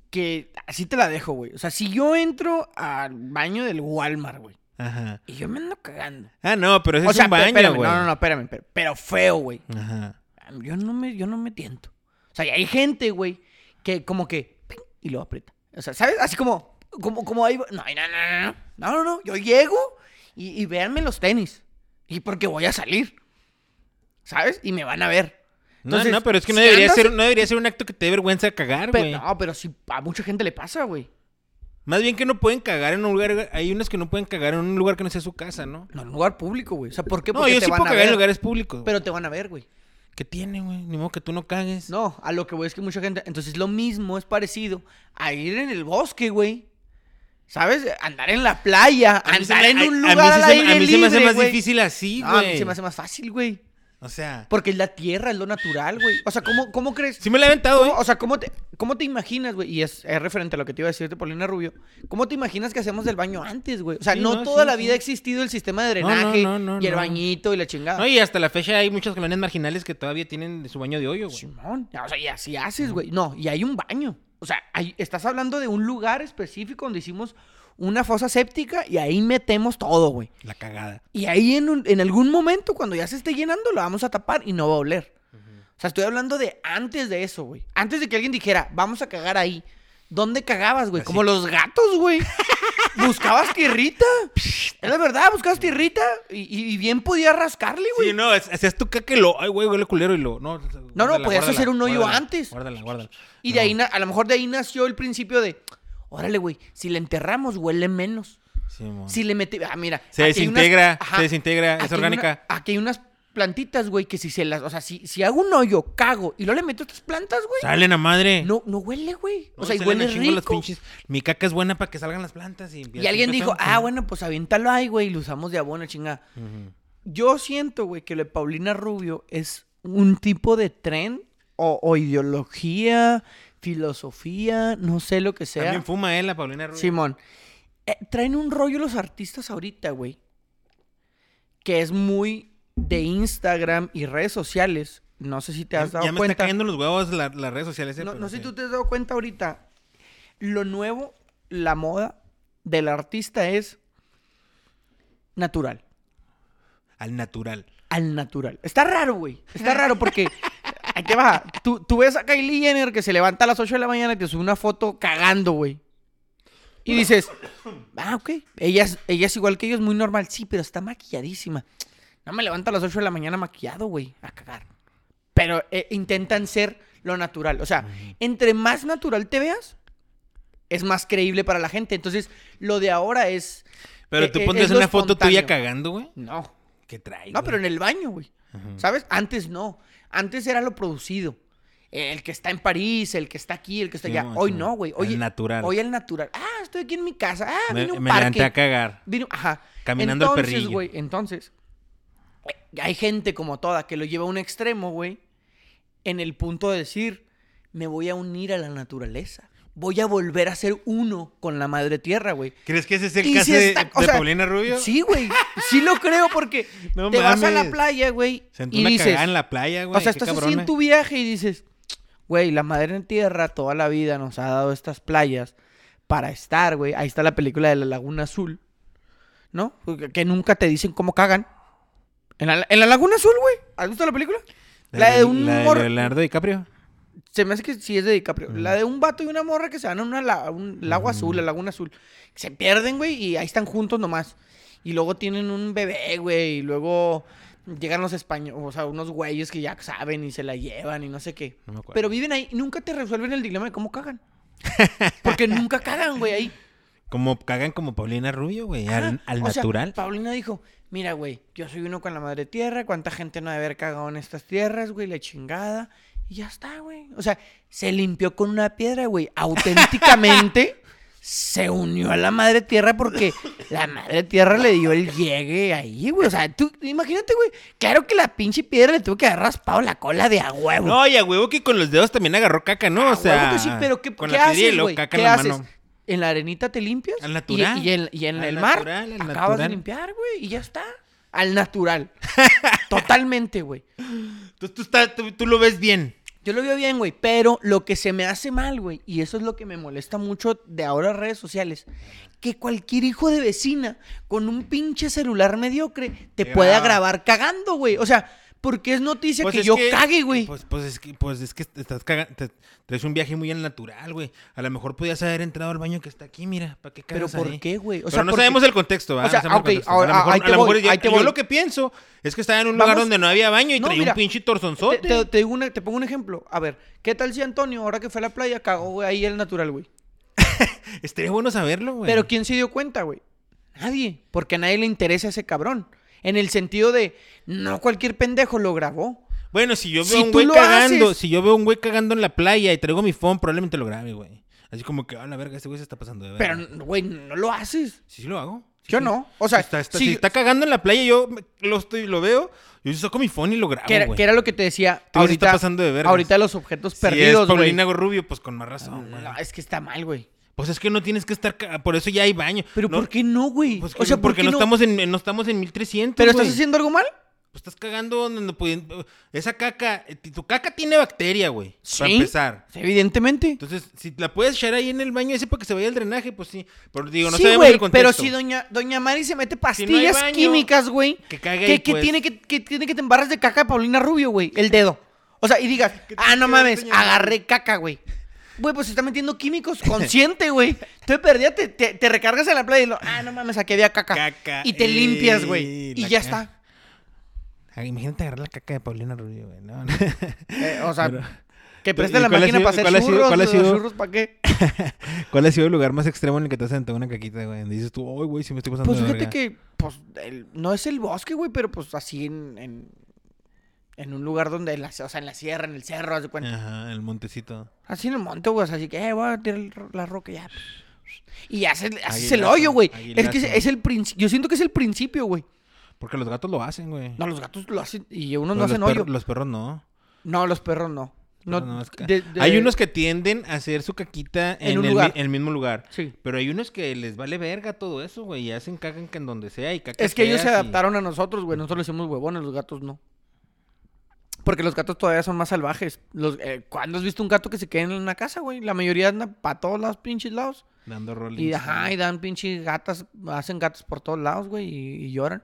S1: que. Así te la dejo, güey. O sea, si yo entro al baño del Walmart, güey.
S2: Ajá.
S1: Y yo me ando cagando.
S2: Ah, no, pero ese
S1: o
S2: es
S1: sea,
S2: un
S1: pe-
S2: baño,
S1: espérame,
S2: güey.
S1: no, no, no, espérame, pero, pero feo, güey.
S2: Ajá.
S1: Yo no me, yo no me tiento. O sea, y hay gente, güey, que como que ping, y lo aprieta. O sea, ¿sabes? Así como, como, como ahí. No, no, no, no, no, no, no. Yo llego y, y véanme los tenis. Y porque voy a salir. ¿Sabes? Y me van a ver.
S2: No,
S1: Entonces,
S2: no, pero es que no
S1: si
S2: debería,
S1: andas-
S2: ser, no debería ser un acto que te dé vergüenza cagar,
S1: Pero,
S2: güey.
S1: no, pero sí, a mucha gente le pasa, güey.
S2: Más bien que no pueden cagar en un lugar... Hay unas que no pueden cagar en un lugar que no sea su casa, ¿no?
S1: No, en un lugar público, güey. O sea, ¿por qué?
S2: No,
S1: Porque
S2: yo
S1: te
S2: sí
S1: van
S2: puedo
S1: a
S2: cagar
S1: ver.
S2: en lugares públicos.
S1: Pero te van a ver, güey.
S2: ¿Qué tiene, güey? Ni modo que tú no cagues.
S1: No, a lo que voy es que mucha gente. Entonces lo mismo es parecido a ir en el bosque, güey. ¿Sabes? Andar en la playa,
S2: A mí se
S1: andar
S2: me-
S1: en
S2: a-
S1: un
S2: a mí
S1: lugar
S2: se
S1: al
S2: me-
S1: aire
S2: A mí se me hace
S1: libre,
S2: más
S1: güey.
S2: difícil así,
S1: No, a mí
S2: güey.
S1: se me hace más fácil, güey.
S2: O sea,
S1: Porque es la tierra, es lo natural, güey. O sea, ¿cómo, cómo crees?
S2: sí me la he aventado,
S1: ¿Cómo-
S2: ¿eh?
S1: o sea, ¿cómo te, cómo te imaginas, güey? Y es, es referente a lo que te iba a decir de Paulina Rubio. ¿Cómo te imaginas que hacemos el baño antes, güey? O sea,
S2: Sí,
S1: no,
S2: no,
S1: toda
S2: sí,
S1: la
S2: sí.
S1: vida ha existido el sistema de
S2: No, no,
S1: drenaje
S2: no, no,
S1: y el
S2: no.
S1: baño y la chingada.
S2: No, y hasta la fecha hay muchas colonias marginales que todavía tienen su baño de hoyo, güey.
S1: Simón. O sea, y así haces, güey. No, y hay un baño. O sea, hay- estás hablando de un lugar específico donde hicimos una fosa séptica y ahí metemos todo, güey.
S2: La cagada.
S1: Y ahí en, un- en algún momento, cuando ya se esté llenando, lo vamos a tapar y no va a oler. O sea, estoy hablando de antes de eso, güey. Antes de que alguien dijera, vamos a cagar ahí. ¿Dónde cagabas, güey?
S2: Así.
S1: Como los gatos, güey. buscabas tierrita. es la verdad, buscabas tierrita y, y- y bien podías rascarle, güey.
S2: Sí, no, es- hacías tu caca y lo, ay, güey, huele culero y lo, no.
S1: No, no,
S2: guárdala,
S1: podías
S2: guárdala,
S1: hacer un hoyo
S2: guárdala,
S1: antes.
S2: Guárdala, guárdala.
S1: Y de
S2: No,
S1: ahí, na- a lo mejor de ahí nació el principio de, órale, güey, si le enterramos, huele menos.
S2: Simón.
S1: Si le mete, ah, mira.
S2: Se
S1: aquí hay unas-
S2: desintegra,
S1: ajá,
S2: se desintegra, es
S1: aquí hay
S2: orgánica.
S1: una- aquí hay unas plantitas, güey, que si se las, o sea, si, si hago un hoyo, cago y luego le meto estas plantas, güey.
S2: Salen a madre.
S1: No, no huele, güey.
S2: No,
S1: o sea, y
S2: salen
S1: huele
S2: a chingo las
S1: rico.
S2: pinches- Mi caca es buena para que salgan las plantas. Y,
S1: Y alguien dijo, ah, bueno, pues aviéntalo ahí, güey, y lo usamos de abono, chingada.
S2: Ujú.
S1: Yo siento, güey, que lo de Paulina Rubio es un tipo de tren o, o ideología, filosofía, no sé lo que sea.
S2: También fuma él, la Paulina Rubio.
S1: Simón. Eh, traen un rollo los artistas ahorita, güey. Que es muy de Instagram y redes sociales. No sé si te has
S2: Ya-
S1: dado
S2: ya me
S1: cuenta.
S2: está cayendo los huevos la- las redes sociales. eh,
S1: no
S2: pero
S1: no sé si
S2: sí.
S1: tú te has dado cuenta ahorita. Lo nuevo, la moda del artista es natural.
S2: Al natural.
S1: Al natural. Está raro, güey. Está raro porque. Ahí te va. Tú, tú ves a Kylie Jenner que se levanta a las 8 de la mañana y te sube una foto cagando, güey. Y dices, ah, ok. Ella es, ella es igual que ellos, muy normal. Sí, pero está maquilladísima. No me levanto a las 8 de la mañana maquillado, güey. A cagar. Pero eh, intentan ser lo natural. O sea, entre más natural te veas, es más creíble para la gente. Entonces, lo de ahora es.
S2: Pero
S1: eh,
S2: tú
S1: eh, es
S2: pondrías
S1: lo
S2: una foto tuya
S1: espontáneo.
S2: cagando, güey.
S1: No.
S2: ¿Qué traes?
S1: No,
S2: güey?
S1: pero en el baño, güey.
S2: Ajá.
S1: ¿Sabes? Antes no. Antes era lo producido. El que está en París, el que está aquí, el que está allá.
S2: Simón,
S1: hoy
S2: Simón.
S1: no, güey. Hoy
S2: El natural.
S1: Hoy el natural. Ah, estoy aquí en mi casa. Ah,
S2: Me,
S1: vine a un
S2: me levanté a
S1: parque.
S2: cagar.
S1: Vine- ajá.
S2: Caminando al
S1: entonces,
S2: perrillo.
S1: güey, entonces, güey, hay gente como toda que lo lleva a un extremo, güey, en el punto de decir, me voy a unir a la naturaleza. Voy a volver a ser uno con la madre tierra, güey.
S2: ¿Crees que ese es el
S1: Y
S2: caso
S1: si
S2: de,
S1: está-
S2: de
S1: o sea,
S2: Paulina Rubio?
S1: Sí, güey. Sí lo creo porque
S2: No
S1: te vas a la
S2: mames.
S1: playa, güey,
S2: Se sentó
S1: y
S2: una
S1: dices,
S2: cagada en la playa, güey.
S1: o sea,
S2: qué
S1: estás así
S2: cabrona.
S1: en tu viaje y dices, güey, la madre en tierra toda la vida nos ha dado estas playas para estar, güey. Ahí está la película de la Laguna Azul, ¿no? Porque- Que nunca te dicen cómo cagan. En la, en la Laguna Azul, güey. ¿Has visto la película? La de un
S2: la
S1: morro.
S2: Leonardo DiCaprio.
S1: Se me hace que sí es de DiCaprio. La de un vato y una morra que se van a una la- un el agua azul, la laguna azul. Se pierden, güey, y ahí están juntos nomás. Y luego tienen un bebé, güey, y luego llegan los españoles, o sea, unos güeyes que ya saben y se la llevan y no sé qué.
S2: No me acuerdo.
S1: Pero viven ahí y nunca te resuelven el dilema de cómo cagan. Porque nunca cagan, güey, ahí.
S2: Como cagan como Paulina Rubio, güey. Al,
S1: Ajá.
S2: al
S1: O sea,
S2: natural.
S1: Paulina dijo, mira, güey, yo soy uno con la madre tierra, cuánta gente no ha de haber cagado en estas tierras, güey, la chingada. Y ya está, güey. O sea, se limpió con una piedra, güey. Auténticamente se unió a la madre tierra porque la madre tierra le dio el llegue ahí, güey. O sea, tú imagínate, güey. Claro que la pinche piedra le tuvo que haber raspado la cola de a huevo.
S2: No, y a huevo que con los dedos también agarró caca, ¿no? o
S1: A Ah, huevo
S2: sea,
S1: que sí, pero ¿qué,
S2: con
S1: qué
S2: la piedra y
S1: haces,
S2: luego
S1: güey?
S2: caca
S1: ¿Qué
S2: en la
S1: haces?
S2: mano.
S1: ¿En la arenita te limpias?
S2: Al
S1: Y-
S2: natural.
S1: Y, en, y en
S2: Al
S1: el mar
S2: natural, al
S1: acabas de
S2: natural.
S1: limpiar, güey, y ya está. Al natural. Totalmente, güey.
S2: Entonces tú, estás- tú- tú lo ves bien.
S1: Yo lo veo bien, güey, pero lo que se me hace mal, güey, y eso es lo que me molesta mucho de ahora redes sociales, que cualquier hijo de vecina con un pinche celular mediocre te
S2: Te
S1: pueda
S2: graba.
S1: grabar cagando, güey. O sea, porque es noticia
S2: Pues
S1: que
S2: es
S1: yo
S2: que-
S1: cague, güey.
S2: Pues, pues es que, pues es que te estás cagando. Te, traes un viaje muy al natural, güey. A lo mejor podías haber entrado al baño que está aquí, mira. ¿Para qué
S1: pero
S2: cagas
S1: ¿por
S2: ahí?
S1: qué, güey? O
S2: Pero
S1: sea,
S2: no
S1: porque-
S2: sabemos el contexto, ¿verdad?
S1: o sea,
S2: No sabemos el
S1: ok,
S2: contexto. A lo
S1: ahora,
S2: mejor-
S1: ahí te
S2: a lo
S1: voy,
S2: mejor yo-
S1: ahí te
S2: yo
S1: voy.
S2: lo que pienso es que estaba en un
S1: Vamos-
S2: lugar donde no había baño y
S1: No,
S2: traía
S1: mira,
S2: un pinche
S1: Te,
S2: torzonzote.
S1: te- te digo una- te pongo un ejemplo. A ver, ¿qué tal si Antonio, ahora que fue a la playa, cagó güey, ahí el natural, güey?
S2: Estaría bueno saberlo, güey.
S1: Pero ¿quién se dio cuenta, güey? Nadie. Porque a nadie le interesa ese cabrón. En el sentido de, no cualquier pendejo lo grabó.
S2: Bueno, si yo
S1: Si
S2: veo un
S1: tú
S2: güey
S1: lo
S2: cagando,
S1: haces.
S2: si yo veo un güey cagando en la playa y traigo mi phone, "Ah, probablemente lo grabe, güey. Así como que, a la verga, este güey se está pasando de verga.
S1: Pero, güey, no lo haces.
S2: Sí, sí lo hago.
S1: Yo no. O sea,
S2: está, está-
S1: si-
S2: si está cagando en la playa, yo me- lo, estoy, lo veo, yo saco mi phone y lo grabo,
S1: que, era,
S2: güey.
S1: que era lo que te decía.
S2: Tú sí
S1: ahorita,
S2: está pasando de vergas.
S1: ahorita los objetos
S2: si es
S1: perdidos, güey.
S2: Paulina Rubio, pues con más razón, güey.
S1: No, es que está mal, güey.
S2: Pues es que no tienes que estar... ca- Por eso ya hay baño.
S1: Pero
S2: No,
S1: ¿por qué no, güey?
S2: pues que-
S1: o sea, ¿por
S2: porque
S1: qué
S2: no,
S1: no?
S2: estamos en, en- no estamos en 1300,
S1: ¿Pero
S2: güey.
S1: estás haciendo algo mal?
S2: Pues estás cagando donde pudien- Esa caca... eh, Tu caca tiene bacteria, güey. Para
S1: Sí.
S2: empezar.
S1: Evidentemente.
S2: Entonces, si la puedes echar ahí en el baño ese para que se vaya el drenaje, pues sí. Pero digo, no
S1: sí,
S2: sabemos
S1: güey,
S2: el contexto.
S1: pero si doña, doña Mari se mete
S2: hay
S1: pastillas
S2: baño,
S1: químicas, güey.
S2: que caiga
S1: que,
S2: ahí,
S1: que
S2: pues.
S1: tiene que, que tiene que te embarras de caca de Paulina Rubio, güey. El dedo. O sea, y digas, ah, no
S2: que ver,
S1: mames,
S2: doña Mari?
S1: agarré caca, güey. Güey, pues se está metiendo químicos consciente, güey. Entonces perdida, te, te- te recargas en la playa y lo, ah, no mames, aquí había caca.
S2: Caca,
S1: y te
S2: ey,
S1: limpias, güey. Y
S2: la
S1: ya
S2: ca-
S1: está.
S2: Ay, Ah, Imagínate agarrar la caca de Paulina Rubio, güey. No, no.
S1: Eh, o sea,
S2: Pero-
S1: que preste
S2: ¿Y
S1: la
S2: cuál ha
S1: máquina
S2: sido-
S1: para hacer
S2: cuál ha sido-
S1: churros.
S2: cuál ha
S1: los
S2: sido?
S1: churros para qué?
S2: ¿Cuál ha sido el lugar más extremo en el que te has sentado una caquita, güey? Donde dices tú, ay, güey, si me estoy pasando
S1: Pues
S2: de
S1: fíjate
S2: verga"?
S1: que, pues, el- no es el bosque, güey, pero pues así en, en, en un lugar donde, la, o sea, en la sierra, en el cerro, haz de cuenta.
S2: Ajá, el montecito.
S1: Así en el monte, güey, o sea, así que, eh, voy a tirar el ro- la roca y ya. Y haces, haces el
S2: Aguilazo,
S1: hoyo, güey. Es que es,
S2: aguilazo.
S1: es el principio, yo siento que es el principio, güey.
S2: Porque los gatos lo hacen, güey.
S1: No, los gatos lo hacen y unos
S2: Pero
S1: no hacen
S2: los,
S1: hoyo.
S2: perros- los perros no.
S1: No, los perros no. No,
S2: Perros nomás ca-
S1: de- de-
S2: Hay unos que tienden a hacer su caquita en,
S1: En un
S2: el, mi-
S1: lugar.
S2: el mismo lugar.
S1: Sí.
S2: Pero hay unos que les vale verga todo eso, güey. Y hacen caca en que en donde sea y caca
S1: Es que ellos se
S2: feas y-
S1: adaptaron a nosotros, güey. Nosotros los hicimos huevones, los gatos no. Porque los gatos todavía son más salvajes. Los, eh, ¿Cuándo has visto un gato que se quede en una casa, güey? La mayoría anda para todos lados, pinches lados.
S2: Dando rolling.
S1: Y, ajá, y dan pinches gatas, hacen gatos por todos lados, güey, y, y lloran.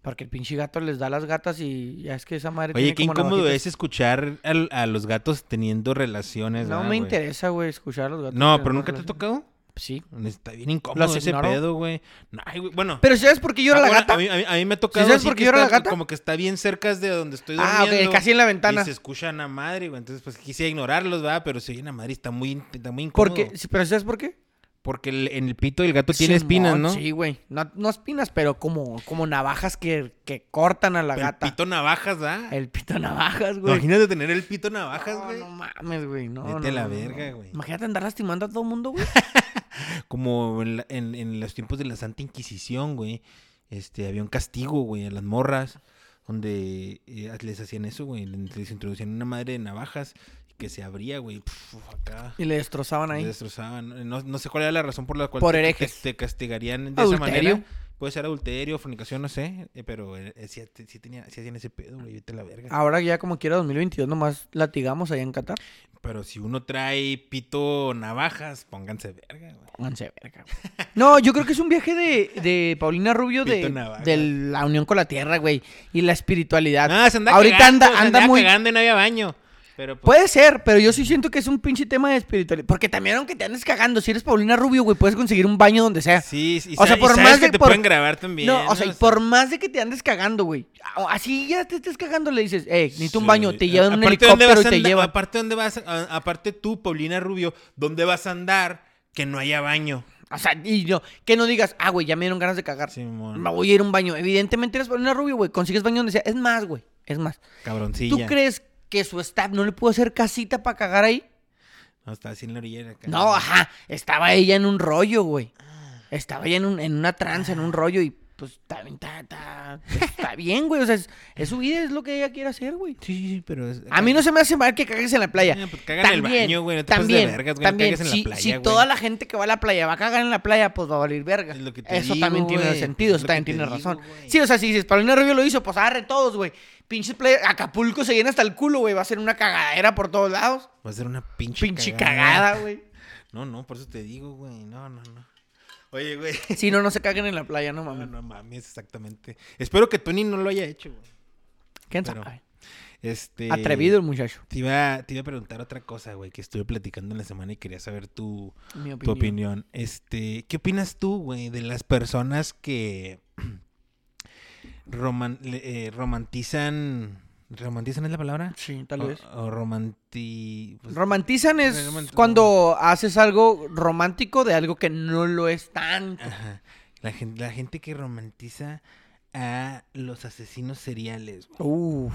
S1: Porque el pinche gato les da las gatas y ya es que esa madre
S2: Oye,
S1: tiene
S2: qué
S1: como
S2: incómodo
S1: navajitas.
S2: es escuchar al- a los gatos teniendo relaciones.
S1: No
S2: ¿verdad,
S1: me
S2: güey?
S1: interesa, güey, escuchar a los gatos.
S2: No,
S1: tener
S2: pero
S1: una
S2: nunca te ha
S1: relación.
S2: tocado.
S1: Sí.
S2: Está bien incómodo ese
S1: ignoro.
S2: pedo, güey. No, ay, güey, Bueno.
S1: Pero ¿sabes por qué llora
S2: Ah,
S1: la
S2: bueno,
S1: gata?
S2: A mí, a mí- a mí me ha tocado.
S1: sabes
S2: así
S1: por qué
S2: que
S1: llora la
S2: está-
S1: gata?
S2: Como que está bien cerca de donde estoy
S1: Ah, ok,
S2: durmiendo.
S1: casi en la ventana.
S2: Y se escuchan a madre, güey. Entonces, pues quise ignorarlos, ¿verdad? Pero se oyen a madre y está muy, in- está muy incómodo.
S1: Porque, sí, pero ¿sabes por qué?
S2: Porque el- en el pito del gato Pues tiene espinas,
S1: Simón,
S2: ¿no?
S1: Sí, güey. No, no espinas, pero como, como navajas que, que cortan a la
S2: Pero El
S1: gata.
S2: pito navajas, ¿verdad?
S1: El pito navajas, güey.
S2: Imagínate tener el pito navajas,
S1: No,
S2: güey.
S1: no mames, güey. No,
S2: Vete
S1: no,
S2: a
S1: no,
S2: la
S1: no.
S2: verga, güey.
S1: Imagínate andar lastimando a todo el mundo, güey.
S2: Como en, la- en- en los tiempos de la Santa Inquisición, güey. Este, había un castigo, güey, a las morras. Donde eh, les hacían eso, güey. Les introducían una madre de navajas que se abría, güey. pf, acá.
S1: Y le destrozaban
S2: Te
S1: ahí.
S2: Destrozaban. No, no sé cuál era la razón por la cual
S1: Por
S2: te- te-
S1: herejes.
S2: Te, castigarían de esa
S1: Adulterio.
S2: manera. Puede ser adulterio, fornicación, no sé. eh, pero eh, eh, sí, sí tenía, sí hacían ese pedo, güey. Vete a la verga.
S1: Ahora ya como quiera 2022 nomás latigamos allá en Qatar.
S2: Pero si uno trae pito navajas, pónganse verga, güey.
S1: Pónganse verga, güey. No, yo creo que es un viaje de, de Paulina Rubio
S2: Pito
S1: de,
S2: navaja.
S1: de la unión con la tierra, güey. Y la espiritualidad.
S2: No, se anda
S1: Ah, Ahorita
S2: cagando,
S1: anda,
S2: se
S1: anda
S2: andaba
S1: muy...
S2: cagando y no había baño. Pero pues,
S1: Puede ser, pero yo sí siento que es un pinche tema de espiritualidad. Porque también aunque te andes cagando, si eres Paulina Rubio, güey, puedes conseguir un baño donde sea.
S2: Sí, sí, y
S1: O sea,
S2: sa- y
S1: por
S2: sabes
S1: más
S2: que
S1: de-
S2: te
S1: por-
S2: pueden grabar también.
S1: No, o sea, y
S2: ¿no?
S1: por más de que te andes cagando, güey. a- Así ya te estés cagando, le dices, eh, necesito un
S2: Sí,
S1: baño,
S2: güey.
S1: te
S2: A-
S1: llevan un
S2: aparte,
S1: helicóptero
S2: ¿dónde
S1: y
S2: vas a
S1: te
S2: andar-
S1: llevan.
S2: Aparte, ¿dónde vas a- aparte tú, Paulina Rubio, ¿dónde vas a andar que no haya baño?
S1: O sea, y no, que no digas, ah, güey, ya me dieron ganas de cagar.
S2: Simón.
S1: Me voy a ir a un baño. Evidentemente eres Paulina Rubio, güey. Consigues baño donde sea. Es más, güey. Es más. ¿Tú
S2: Cabroncilla.
S1: crees que su staff no le pudo hacer casita para cagar ahí?
S2: No, está así en la orilla. de acá.
S1: No, ajá. Estaba ella en un rollo, güey.
S2: Ah.
S1: Estaba ella en, un- en una tranza, en un rollo y pues está bien, está, está- pues, está bien, güey. O sea, es, es su vida, es lo que ella quiere hacer, güey.
S2: Sí, sí, sí, pero... es-
S1: A mí no se me hace mal que cagues en la playa.
S2: Eh, pues caga en el baño, güey, no te pases de vergas, güey, no
S1: también,
S2: cagues en la
S1: si,
S2: playa,
S1: si
S2: güey.
S1: toda la gente que va a la playa va a cagar en la playa, pues va a valer verga.
S2: Es lo que te
S1: Eso
S2: digo,
S1: también tiene
S2: güey,
S1: sentido,
S2: es
S1: eso
S2: lo
S1: también
S2: que te
S1: tiene
S2: digo,
S1: razón.
S2: güey.
S1: Sí, o sea, si dices, Paulina Rubio lo hizo, pues agarre todos, güey. Pinches playa, Acapulco se llena hasta el culo, güey. Va a ser una cagadera por todos lados.
S2: Va a ser una pinche
S1: Pinche cagada, güey.
S2: No, no, por eso te digo, güey. No, no, no. Oye, güey.
S1: Si no, no se caguen en la playa, no
S2: No,
S1: mames.
S2: Ah, no mames, exactamente. Espero que Tony no lo haya hecho, güey.
S1: ¿Quién
S2: pero-
S1: sabe?
S2: Este...
S1: Atrevido el muchacho.
S2: Te iba, te iba a preguntar otra cosa, güey, que estuve platicando en la semana y quería saber tu,
S1: Mi
S2: tu
S1: opinión.
S2: opinión. Este, ¿qué opinas tú, güey, de las personas que roman- le- eh, romantizan, romantizan es la palabra?
S1: Sí, tal
S2: O-
S1: vez.
S2: O, romanti... Ah, pues,
S1: Romantizan es
S2: romanti-
S1: cuando haces algo romántico de algo que no lo es tanto.
S2: ajá. La gente, la gente que romantiza a los asesinos seriales. güey.
S1: Uf.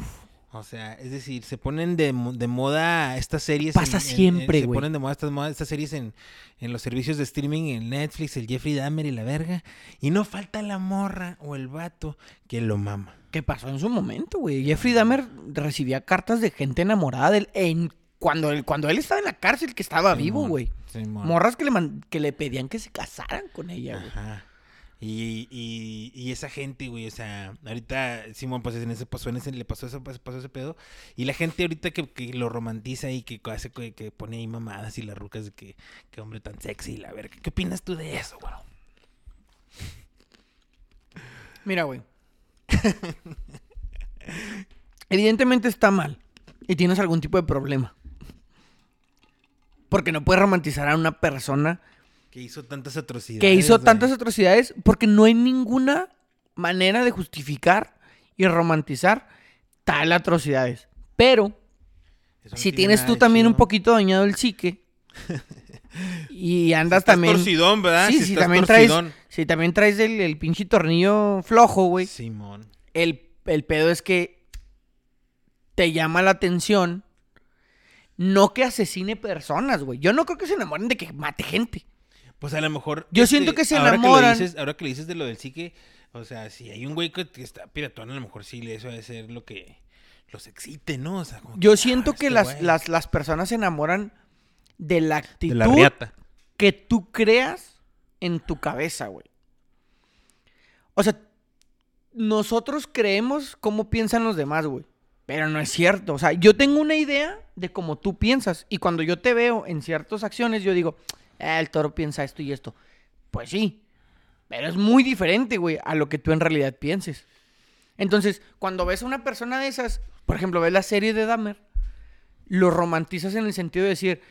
S2: O sea, es decir, se ponen de, mo- de moda estas series.
S1: Pasa siempre,
S2: Se
S1: güey.
S2: ponen de moda estas, moda- estas series en, en los servicios de streaming, en Netflix, el Jeffrey Dahmer y la verga. Y no falta la morra o el vato que lo mama.
S1: ¿Qué pasó en su momento, güey? Jeffrey Dahmer recibía cartas de gente enamorada de él en, cuando, él, cuando él estaba en la cárcel, que estaba vivo,
S2: Simón,
S1: güey.
S2: Simón.
S1: Morras que le, man- que le pedían que se casaran con ella, güey.
S2: Ajá. Y, y, y esa gente, güey, o sea, ahorita Simón, pues en ese pasó, en ese, le pasó eso, pues, pasó ese pedo. Y la gente ahorita que, que lo romantiza y que hace que, que pone ahí mamadas y las rucas de que, que hombre tan sexy y la verga. ¿Qué opinas tú de eso, güey?
S1: Mira, güey. Evidentemente está mal. Y tienes algún tipo de problema. Porque no puedes romantizar a una persona
S2: Que hizo tantas atrocidades.
S1: que hizo
S2: güey.
S1: tantas atrocidades porque no hay ninguna manera de justificar y romantizar tal atrocidades. Pero
S2: Eso no
S1: si
S2: tiene
S1: tienes
S2: nada
S1: tú
S2: de
S1: también un
S2: chido.
S1: poquito dañado el psique y andas
S2: Si estás
S1: también...
S2: torcidón, ¿verdad?
S1: Sí, si,
S2: estás
S1: también
S2: torcidón.
S1: traes, si también traes el, el pinche tornillo flojo, güey.
S2: Simón.
S1: El, el pedo es que te llama la atención. No que asesine personas, güey. Yo no creo que se enamoren de que mate gente.
S2: Pues a lo mejor.
S1: Yo siento que se
S2: ahora lo
S1: enamoran.
S2: dices- ahora que le dices de lo del psique, o sea, si hay un güey que que está piratón, a lo mejor sí, eso debe ser lo que los excite, ¿no? O sea, como
S1: Yo
S2: ah,
S1: siento que
S2: este
S1: las,
S2: güey.
S1: las, las personas se enamoran de la
S2: De
S1: actitud
S2: la riata.
S1: que tú creas en tu cabeza, güey. O sea, nosotros creemos cómo piensan los demás, güey. Pero no es cierto. O sea, yo tengo una idea de cómo tú piensas. Y cuando yo te veo en ciertas acciones, yo digo, "Ah, el toro piensa esto y esto. Pues sí. Pero es muy diferente, güey, a lo que tú en realidad pienses. Entonces, cuando ves a una persona de esas, por ejemplo, ves la serie de Dahmer, lo romantizas en el sentido de decir,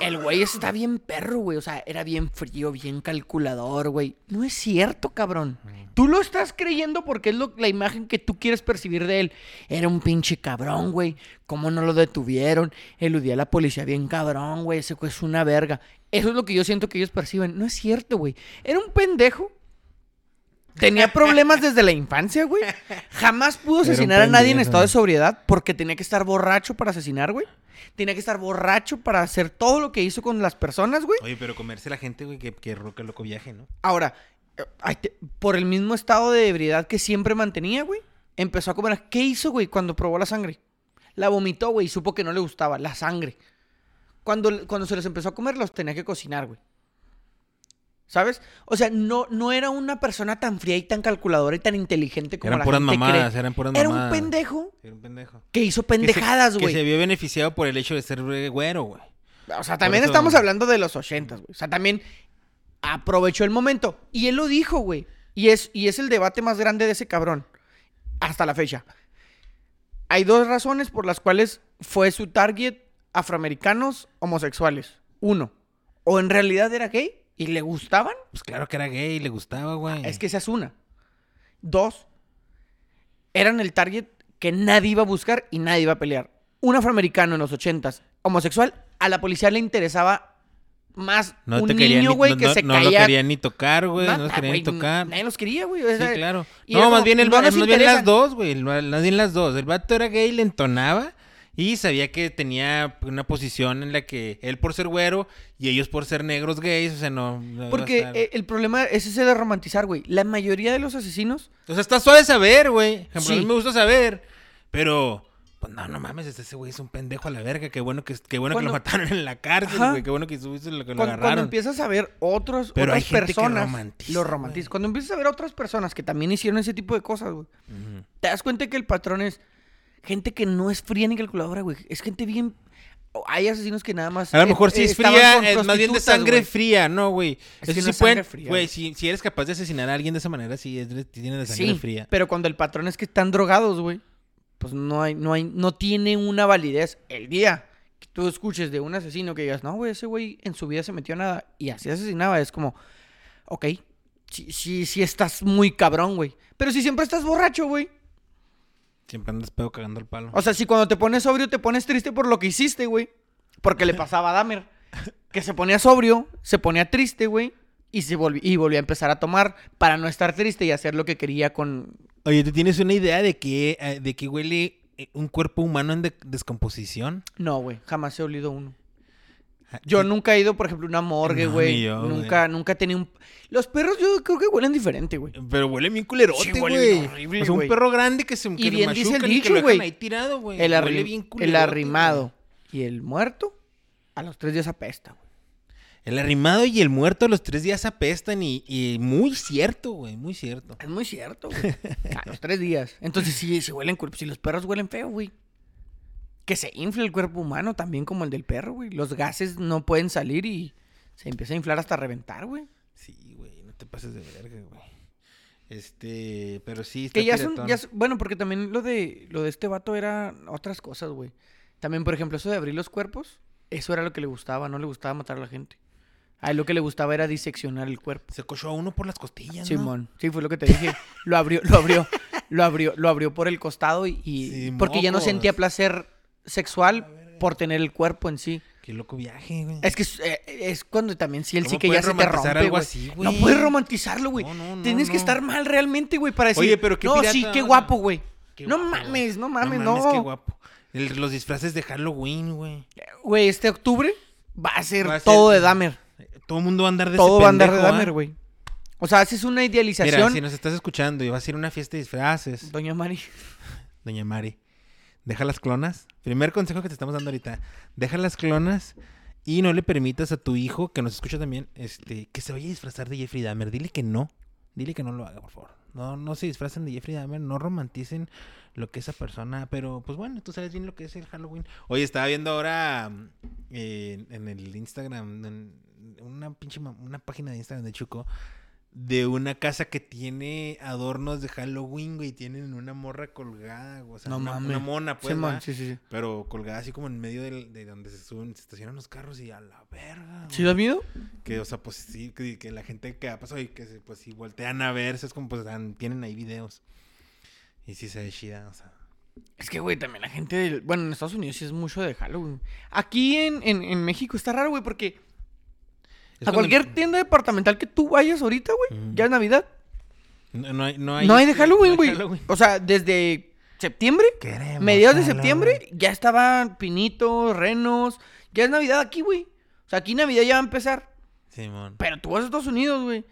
S1: el güey está bien perro, güey. O sea, era bien frío, bien calculador, güey. No es cierto, cabrón.
S2: Mm.
S1: Tú lo estás creyendo porque es lo- la imagen que tú quieres percibir de él. Era un pinche cabrón, güey. ¿Cómo no lo detuvieron? Eludía a la policía bien cabrón, güey. Ese güey es una verga. Eso es lo que yo siento que ellos perciben. No es cierto, güey. Era un pendejo. Tenía problemas desde la infancia, güey. Jamás pudo
S2: Era un
S1: asesinar a nadie en
S2: pendejo.
S1: estado de sobriedad porque tenía que estar borracho para asesinar, güey. Tenía que estar borracho para hacer todo lo que hizo con las personas, güey.
S2: Oye, pero comerse la gente, güey, que, que roca loco viaje, ¿no?
S1: Ahora, eh, ay, te- por el mismo estado de ebriedad que siempre mantenía, güey, empezó a comer. ¿Qué hizo, güey, cuando probó la sangre? La vomitó, güey, y supo que no le gustaba la sangre. Cuando, cuando se los empezó a comer, los tenía que cocinar, güey. ¿Sabes? O sea, no, no era una persona tan fría y tan calculadora y tan inteligente como
S2: Eran
S1: la
S2: puras
S1: gente cree.
S2: mamadas, eran puras
S1: Era un
S2: mamadas.
S1: pendejo
S2: Era un pendejo.
S1: que hizo
S2: Que se-
S1: pendejadas,
S2: Que
S1: güey.
S2: se vio beneficiado por el hecho de ser eh, güero, güey.
S1: O sea, también
S2: eso-
S1: estamos hablando de los ochentas, güey. O sea, también aprovechó el momento. Y él lo dijo, güey. Y es, y es el debate más grande de ese cabrón. Hasta la fecha. Hay dos razones por las cuales fue su target afroamericanos homosexuales. Uno, o en realidad era gay y le gustaban.
S2: Pues claro que era gay, le gustaba, güey.
S1: Ah, Es que esa es una. Dos, eran el target que nadie iba a buscar y nadie iba a pelear. Un afroamericano en los ochentas, homosexual, a la policía le interesaba más
S2: no
S1: un
S2: te querían
S1: niño,
S2: ni-
S1: güey,
S2: no-
S1: que
S2: no-
S1: se
S2: no
S1: caía.
S2: lo querían ni tocar, güey.
S1: Nada,
S2: No los querían ni
S1: güey,
S2: tocar.
S1: Nadie los quería, güey.
S2: Sí, claro.
S1: y era
S2: No, más
S1: como,
S2: bien, el,
S1: no nos
S2: más bien las
S1: interesan.
S2: dos, güey. el- Más bien las dos. El vato era gay, le entonaba y sabía que tenía una posición en la que él por ser güero y ellos por ser negros gays, o sea, no... no iba a
S1: Porque
S2: estar-
S1: eh, el problema es ese de romantizar, güey. La mayoría de los asesinos
S2: O sea, está suave saber, güey. Por ejemplo, A
S1: Sí.
S2: mí me gusta saber, pero... Pues no, no mames, este- ese güey es un pendejo a la verga. Qué bueno que, qué bueno que lo
S1: Cuando-
S2: mataron en la cárcel,
S1: Ajá.
S2: güey. Qué bueno que, subiste lo, que lo
S1: Cuan- Cuando,
S2: agarraron.
S1: empiezas a ver otros,
S2: Pero
S1: otras
S2: hay gente que
S1: personas.
S2: romantiza,
S1: lo romantiza.
S2: güey.
S1: Cuando empiezas a ver a otras personas que también hicieron ese tipo de cosas, güey.
S2: Ujú.
S1: Te das cuenta que el patrón es gente que no es fría ni calculadora, güey. Es gente bien. o Hay asesinos que nada más.
S2: A lo
S1: eh,
S2: mejor si
S1: eh,
S2: es
S1: estaban
S2: fría,
S1: con
S2: es más bien de
S1: prostitutas,
S2: sangre
S1: güey.
S2: fría, ¿no, güey?
S1: Es que
S2: Eso
S1: no
S2: sí
S1: es sangre
S2: pueden-
S1: fría, güey.
S2: Güey, si, si eres capaz de asesinar a alguien de esa manera, sí, es de- tienes de sangre
S1: Sí,
S2: fría.
S1: Pero cuando el patrón es que están drogados, güey, pues no hay, no hay, no tiene una validez. El día que tú escuches de un asesino que digas, no, güey, ese güey en su vida se metió a nada y así asesinaba, es como, ok, sí, sí, sí estás muy cabrón, güey. Pero si siempre estás borracho, güey.
S2: Siempre andas pedo cagando el palo.
S1: O sea, si cuando te pones sobrio te pones triste por lo que hiciste, güey. Porque le pasaba a Dahmer. Que se ponía sobrio, se ponía triste, güey. Y, se volvi- y volvió a empezar a tomar para no estar triste y hacer lo que quería con...
S2: Oye, ¿tú tienes una idea de qué, eh, de qué huele eh, un cuerpo humano en de- descomposición?
S1: No, güey, jamás he olido uno. Yo
S2: Ah, Y-
S1: nunca he ido, por ejemplo, a una morgue,
S2: No, ni
S1: güey.
S2: yo, güey.
S1: nunca, nunca he tenido un... Los perros yo creo que huelen diferente, güey.
S2: Pero huele bien culerote,
S1: Sí, huele
S2: güey.
S1: bien horrible,
S2: o sea, un
S1: güey.
S2: perro grande que se que
S1: Y bien
S2: lo
S1: dice el
S2: machucan y que
S1: dicho,
S2: lo dejan
S1: güey.
S2: ahí tirado, güey.
S1: El, arri-
S2: Huele bien
S1: el
S2: culerote,
S1: arrimado y el muerto a los tres días apesta, güey.
S2: güey. El arrimado y el muerto los tres días apestan y, y muy cierto, güey, muy cierto.
S1: Es muy cierto, güey. a los tres días. Entonces sí, se huelen cuerpos. Si los perros huelen feo, güey. Que se infle el cuerpo humano también como el del perro, güey. Los gases no pueden salir y se empieza a inflar hasta reventar, güey.
S2: Sí, güey, no te pases de verga, güey. Este, pero sí. está
S1: Que ya son,
S2: piratón.
S1: ya son- bueno, porque también lo de lo de este vato era otras cosas, güey. También, por ejemplo, eso de abrir los cuerpos, eso era lo que le gustaba, no le gustaba matar a la gente. A él lo que le gustaba era diseccionar el cuerpo.
S2: Se cochó a uno por las costillas, ¿no?
S1: Simón, sí, fue lo que te dije. Lo abrió, lo abrió, lo abrió, lo abrió por el costado y, y-
S2: Sí,
S1: porque ya no
S2: mocos.
S1: sentía placer sexual por tener el cuerpo en sí.
S2: Qué loco viaje, güey.
S1: Es que es, eh, es cuando también sí el
S2: ¿Cómo
S1: sí que ya
S2: puedes
S1: se te
S2: romantizar
S1: rompe,
S2: algo
S1: güey.
S2: así,
S1: No
S2: güey?
S1: puedes romantizarlo, güey.
S2: No, no, no,
S1: Tienes que
S2: no.
S1: estar mal realmente, güey, para decir,
S2: Oye, pero qué
S1: no,
S2: pirata,
S1: sí, qué
S2: ¿no?
S1: guapo, güey.
S2: Qué
S1: No
S2: guapo, güey.
S1: mames, no mames, no.
S2: mames, qué guapo. El- los disfraces de Halloween, güey.
S1: Güey, este octubre va a ser
S2: Va a ser-
S1: todo de Dahmer.
S2: Eh, Todo el mundo va a andar de
S1: Todo
S2: ese
S1: va a andar de
S2: pendejo, ¿ah?
S1: Dahmer, güey. O sea, haces una
S2: Mira,
S1: idealización,
S2: si nos estás escuchando y vas a ir a una fiesta de disfraces,
S1: doña Mari.
S2: doña Mari, deja las clonas. Primer consejo que te estamos dando ahorita, deja las clonas y no le permitas a tu hijo, que nos escucha también, este, que se vaya a disfrazar de Jeffrey Dahmer. Dile que no, dile que no lo haga, por favor. No, no se disfracen de Jeffrey Dahmer, no romanticen lo que esa persona, pero pues bueno, tú sabes bien lo que es el Halloween. Oye, estaba viendo ahora mm, eh, en el Instagram, en una pinche mam- una página de Instagram de Chuco, de una casa que tiene adornos de Halloween, güey, y tienen una morra colgada, güey, o sea,
S1: No
S2: una,
S1: mames.
S2: una mona, pues,
S1: Simón,
S2: ¿va?
S1: sí, sí, sí.
S2: pero colgada así como en medio del- de donde se suben, se estacionan los carros y a la verga,
S1: ¿Sí
S2: güey.
S1: da miedo?
S2: Que, o sea, pues sí, que, que la gente que ha pasado y que se, pues sí voltean a ver, es como, pues, dan- tienen ahí videos. Y sí se ve chida, o sea.
S1: Es que, güey, también la gente del... Bueno, en Estados Unidos sí es mucho de Halloween. Aquí en, en- en México está raro, güey, porque
S2: Es
S1: a
S2: cuando-
S1: cualquier tienda departamental que tú vayas ahorita, güey,
S2: Ujú.
S1: ya es Navidad.
S2: No, no hay, no hay,
S1: No hay de
S2: este, no
S1: Halloween,
S2: hay
S1: güey.
S2: Halloween.
S1: O sea, desde septiembre,
S2: Queremos
S1: mediados de
S2: Halloween.
S1: septiembre, ya estaban pinitos, renos. Ya es Navidad aquí, güey. O sea, aquí Navidad ya va a empezar.
S2: Simón.
S1: Pero tú vas a Estados Unidos, güey.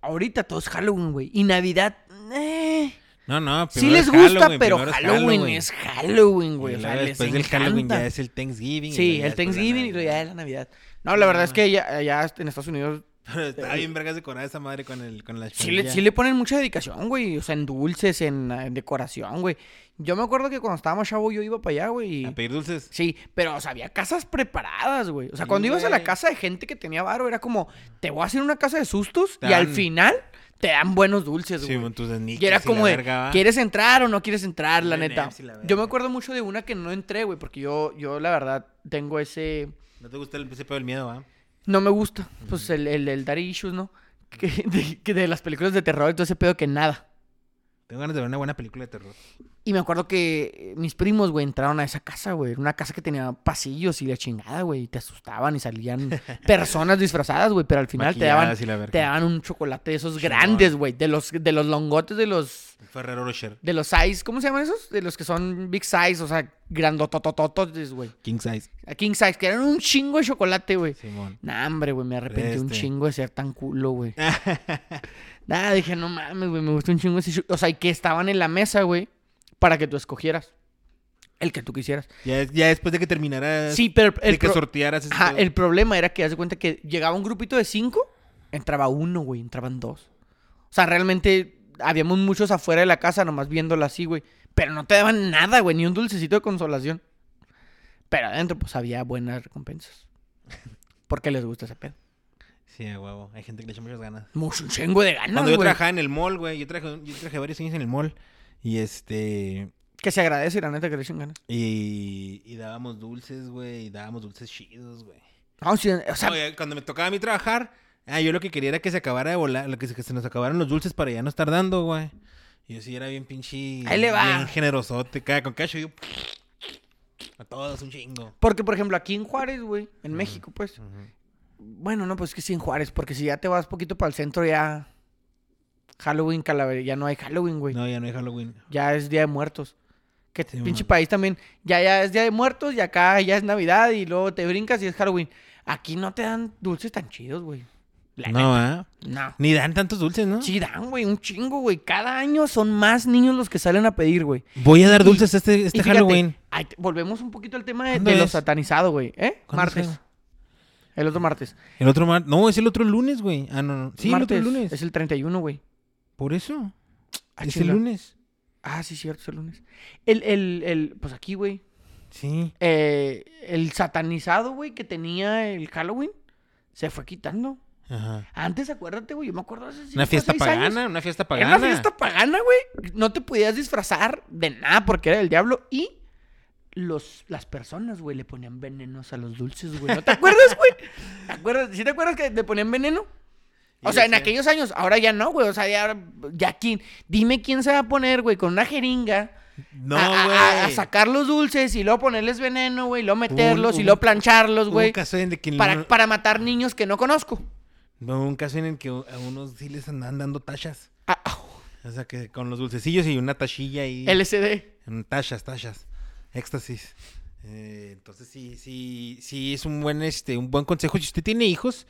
S1: Ahorita todo es Halloween, güey. Y Navidad... Eh.
S2: No, no,
S1: Sí
S2: primero
S1: les
S2: es
S1: gusta,
S2: Halloween,
S1: pero
S2: primero
S1: Halloween, es Halloween, güey.
S2: Y
S1: O
S2: luego
S1: sea, les
S2: después del Halloween
S1: encanta.
S2: ya es el Thanksgiving. y luego
S1: Sí,
S2: ya
S1: el
S2: después la
S1: Thanksgiving y luego ya
S2: Navidad.
S1: es la Navidad. No, la verdad es que allá, allá en Estados Unidos
S2: Pero está bien vergas decorada esa madre con, el, con la
S1: sí le,
S2: chimenea.
S1: sí le ponen mucha dedicación, güey. O sea, en dulces, en, eh, en decoración, güey. Yo me acuerdo que cuando estábamos chavo yo iba para allá, güey. y-
S2: A pedir dulces.
S1: Sí, pero o sea, había casas preparadas, güey. O sea,
S2: Sí,
S1: cuando ibas a la
S2: güey.
S1: casa de gente que tenía varo, era como, te voy a hacer una casa de sustos
S2: Te
S1: y al
S2: dan-
S1: final te dan buenos dulces,
S2: Sí,
S1: güey.
S2: con tus
S1: Y era
S2: sneakers
S1: como
S2: la
S1: de,
S2: verga, ¿va?
S1: ¿quieres entrar o no quieres entrar, la
S2: Un
S1: neta?
S2: M&M's y la
S1: Yo
S2: verga.
S1: me acuerdo mucho de una que no entré, güey, porque yo, yo la verdad, tengo ese...
S2: ¿No te gusta el ese pedo del miedo, ¿ah? va?
S1: No me gusta, pues, el, el, el daddy issues, ¿no? Que de, que de las películas de terror y todo ese pedo que nada.
S2: Tengo ganas de ver una buena película de terror.
S1: Y me acuerdo que eh, mis primos, güey, entraron a esa casa, güey. Era una casa que tenía pasillos y la chingada, güey. Y te asustaban y salían personas disfrazadas, güey. Pero al final te daban,
S2: Maquilladas y la verga.
S1: te daban un chocolate de esos
S2: Chingón.
S1: grandes, güey. De los, de los longotes, de los...
S2: Un Ferrero Rocher.
S1: De los size, ¿cómo se llaman esos? De los que son big size, o sea, grandototototes, güey.
S2: King size.
S1: A king size, que eran un chingo de chocolate, güey.
S2: Simón.
S1: Nah, hombre, güey, me arrepentí un
S2: Este.
S1: chingo de ser tan culo, güey. Nada, dije, no mames, güey, me gusta un chingo ese cho-". O sea, y que estaban en la mesa, güey, para que tú escogieras el que tú quisieras.
S2: Ya, ya después de que terminara.
S1: Sí, pero el,
S2: de que
S1: pro-
S2: sortearas. ese
S1: ajá,
S2: pedo.
S1: el problema era que, haz de cuenta que llegaba un grupito de cinco, entraba uno, güey, entraban dos. O sea, realmente habíamos muchos afuera de la casa, nomás viéndolo así, güey. Pero no te daban nada, güey, ni un dulcecito de consolación. Pero adentro, pues, había buenas recompensas. Porque les gusta ese pedo.
S2: Sí, a huevo. Hay gente que le echa muchas ganas.
S1: Mucho un chingo de ganas,
S2: Cuando yo
S1: güey.
S2: trabajaba en el mall, güey. Yo traje, yo traje varios años en el mall. Y este.
S1: Que se agradece, la neta, que le echen ganas.
S2: Y, y dábamos dulces, güey. Y dábamos dulces chidos, güey.
S1: No, Ah, sí, o sea,
S2: Oye, cuando me tocaba a mí trabajar, ah, yo lo que quería era que se acabara de volar, lo que se, que se nos acabaran los dulces para ya no estar dando, güey. Y yo sí era bien pinche.
S1: Ahí le va.
S2: Bien generosote, cada con cacho. Yo. A todos un chingo.
S1: porque, por ejemplo, aquí en Juárez, güey, en México, pues. Bueno, no, pues que sí en Juárez, porque si ya te vas poquito para el centro, ya. Halloween, calavera, ya no hay Halloween, güey.
S2: No, ya no hay Halloween.
S1: Ya es Día de Muertos. Que
S2: Sí,
S1: pinche
S2: man.
S1: país también. Ya, ya es Día de Muertos y acá ya es Navidad y luego te brincas y es Halloween. Aquí no te dan dulces tan chidos, güey. La
S2: No, ¿ah?
S1: neta, No.
S2: Ni dan tantos dulces, ¿no?
S1: Sí dan, güey, un chingo, güey. Cada año son más niños los que salen a pedir, güey.
S2: Voy a dar
S1: Y-
S2: dulces este, este
S1: Y fíjate,
S2: Halloween.
S1: ahí te- volvemos un poquito al tema de,
S2: ¿Cuándo
S1: de lo
S2: es?
S1: satanizado, güey. ¿Eh?
S2: ¿Cuándo
S1: Martes.
S2: es?
S1: El otro martes.
S2: El otro martes. No, es el otro lunes, güey. Ah, no, no. Sí,
S1: Martes
S2: el otro lunes.
S1: Es el 31, güey.
S2: Por eso.
S1: Ah,
S2: es
S1: chinga.
S2: el lunes.
S1: Ah, sí, cierto, es el lunes. El, el, el, pues aquí, güey.
S2: Sí.
S1: eh, el satanizado, güey, que tenía el Halloween, se fue quitando.
S2: Ajá.
S1: Antes, acuérdate, güey, yo me acuerdo hace cinco,
S2: Una fiesta
S1: pues, seis años.
S2: pagana, una fiesta
S1: Era
S2: pagana.
S1: una fiesta pagana, güey. No te podías disfrazar de nada porque era del diablo. Y los, las personas, güey, le ponían venenos a los dulces, güey. ¿No te acuerdas, güey? ¿Te acuerdas? ¿Sí te acuerdas que le ponían veneno? O
S2: Sí,
S1: sea, en
S2: sí.
S1: aquellos años, ahora ya no, güey. O sea, ya, ya quién. Dime quién se va a poner, güey, con una jeringa
S2: No,
S1: a- a, a- a
S2: güey.
S1: sacar los dulces y luego ponerles veneno, güey, y luego meterlos y
S2: un-
S1: luego plancharlos,
S2: Hubo un
S1: güey,
S2: caso en el que
S1: para,
S2: no-
S1: para matar niños que no conozco.
S2: no, un caso en el que a unos sí les andan dando tachas.
S1: Ah, au,
S2: O sea, que con los dulcecillos y una tachilla y...
S1: LSD.
S2: Tachas, tachas. Éxtasis. Eh, entonces sí, sí, sí es un buen, este, un buen consejo. Si usted tiene hijos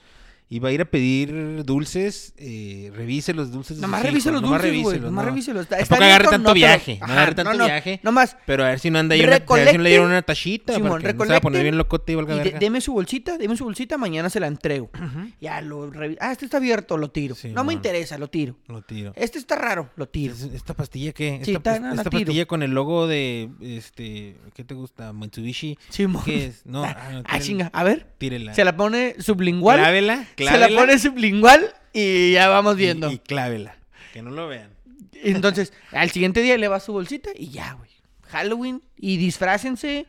S2: y va a ir a pedir dulces, eh, revise los dulces. de
S1: Nomás
S2: sus
S1: revise
S2: hijos,
S1: los
S2: nomás
S1: dulces, güey.
S2: revíselos,
S1: Nomás
S2: no.
S1: revíselos. Está- está
S2: Tampoco agarre
S1: abierto,
S2: tanto
S1: no te lo-
S2: viaje. No
S1: Ajá,
S2: agarre tanto
S1: no, no,
S2: viaje.
S1: Nomás.
S2: Pero a ver si no anda ahí una, a ver si no le dieron una tachita.
S1: Simón,
S2: porque no se va a
S1: recolecten
S2: poner bien locote y valga
S1: Y de-
S2: verga.
S1: deme su bolsita, deme su bolsita, mañana se la entrego.
S2: Ujú.
S1: Ya lo revi- Ah, este está abierto, lo tiro.
S2: Sí,
S1: no me
S2: man.
S1: interesa, lo tiro.
S2: Lo tiro.
S1: Este está raro, lo tiro.
S2: Es- ¿Esta pastilla qué?
S1: Sí,
S2: esta
S1: está- no, la
S2: esta
S1: tiro.
S2: pastilla con el logo de, este, ¿qué te gusta? Mitsubishi.
S1: Simón.
S2: ¿Qué es? No, ah, no,
S1: ah,
S2: tírela.
S1: chinga. A ver,
S2: Tírela.
S1: se la pone sublingual.
S2: Clávela,
S1: Se
S2: clávela
S1: la pone sublingual y ya vamos
S2: y-
S1: viendo.
S2: Y, clávela. Que no lo vean.
S1: Entonces, al siguiente día le va su bolsita y ya, güey. Halloween y disfrácense.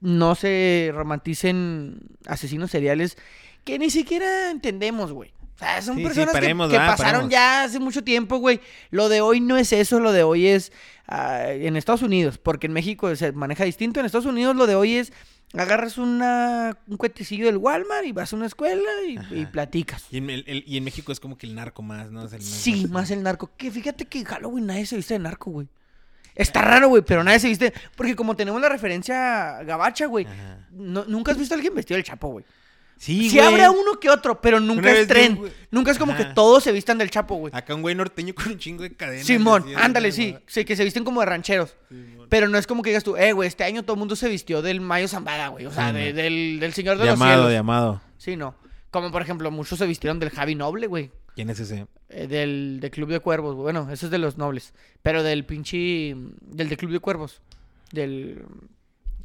S1: No se romanticen asesinos seriales que ni siquiera entendemos, güey. O sea, son
S2: Sí, sí,
S1: personas que-
S2: paremos,
S1: que,
S2: va,
S1: pasaron
S2: paremos.
S1: ya hace mucho tiempo, güey. Lo de hoy no es eso, lo de hoy es ah, en Estados Unidos, porque en México se maneja distinto. En Estados Unidos lo de hoy es agarras una, un cuetecillo del Walmart y vas a una escuela y- y
S2: Ajá.
S1: platicas.
S2: Y en, el- el- y en México es como que el narco más, ¿no? Es el
S1: Sí, más el narco. Que fíjate que en Halloween nadie se viste de narco, güey. Está raro, güey, pero nadie se viste. Porque como tenemos la referencia gabacha, güey.
S2: Ajá.
S1: no- nunca has visto a alguien vestido del chapo, güey.
S2: Sí,
S1: Sí,
S2: güey.
S1: habrá uno que otro, pero nunca
S2: Una
S1: es
S2: vez vi un
S1: tren.
S2: güey-
S1: Nunca es como que
S2: Ajá.
S1: todos se vistan del chapo, güey.
S2: Acá un güey norteño con un chingo de cadenas.
S1: Simón,
S2: así,
S1: ándale,
S2: así,
S1: sí,
S2: mamá.
S1: sí. Que se visten como de rancheros.
S2: Simón.
S1: Pero no es como que digas tú, eh, güey, este año todo el mundo se vistió del Mayo Zambada, güey. O sea,
S2: Sí,
S1: de-
S2: no.
S1: del, del Señor de,
S2: De
S1: los
S2: amado,
S1: Cielos.
S2: de amado.
S1: Sí, no. Como por ejemplo, muchos se vistieron del Javi Noble, güey.
S2: ¿Quién es ese?
S1: Eh, del de Club de Cuervos, bueno, eso es de los nobles. Pero del pinche. Del de Club de Cuervos. Del.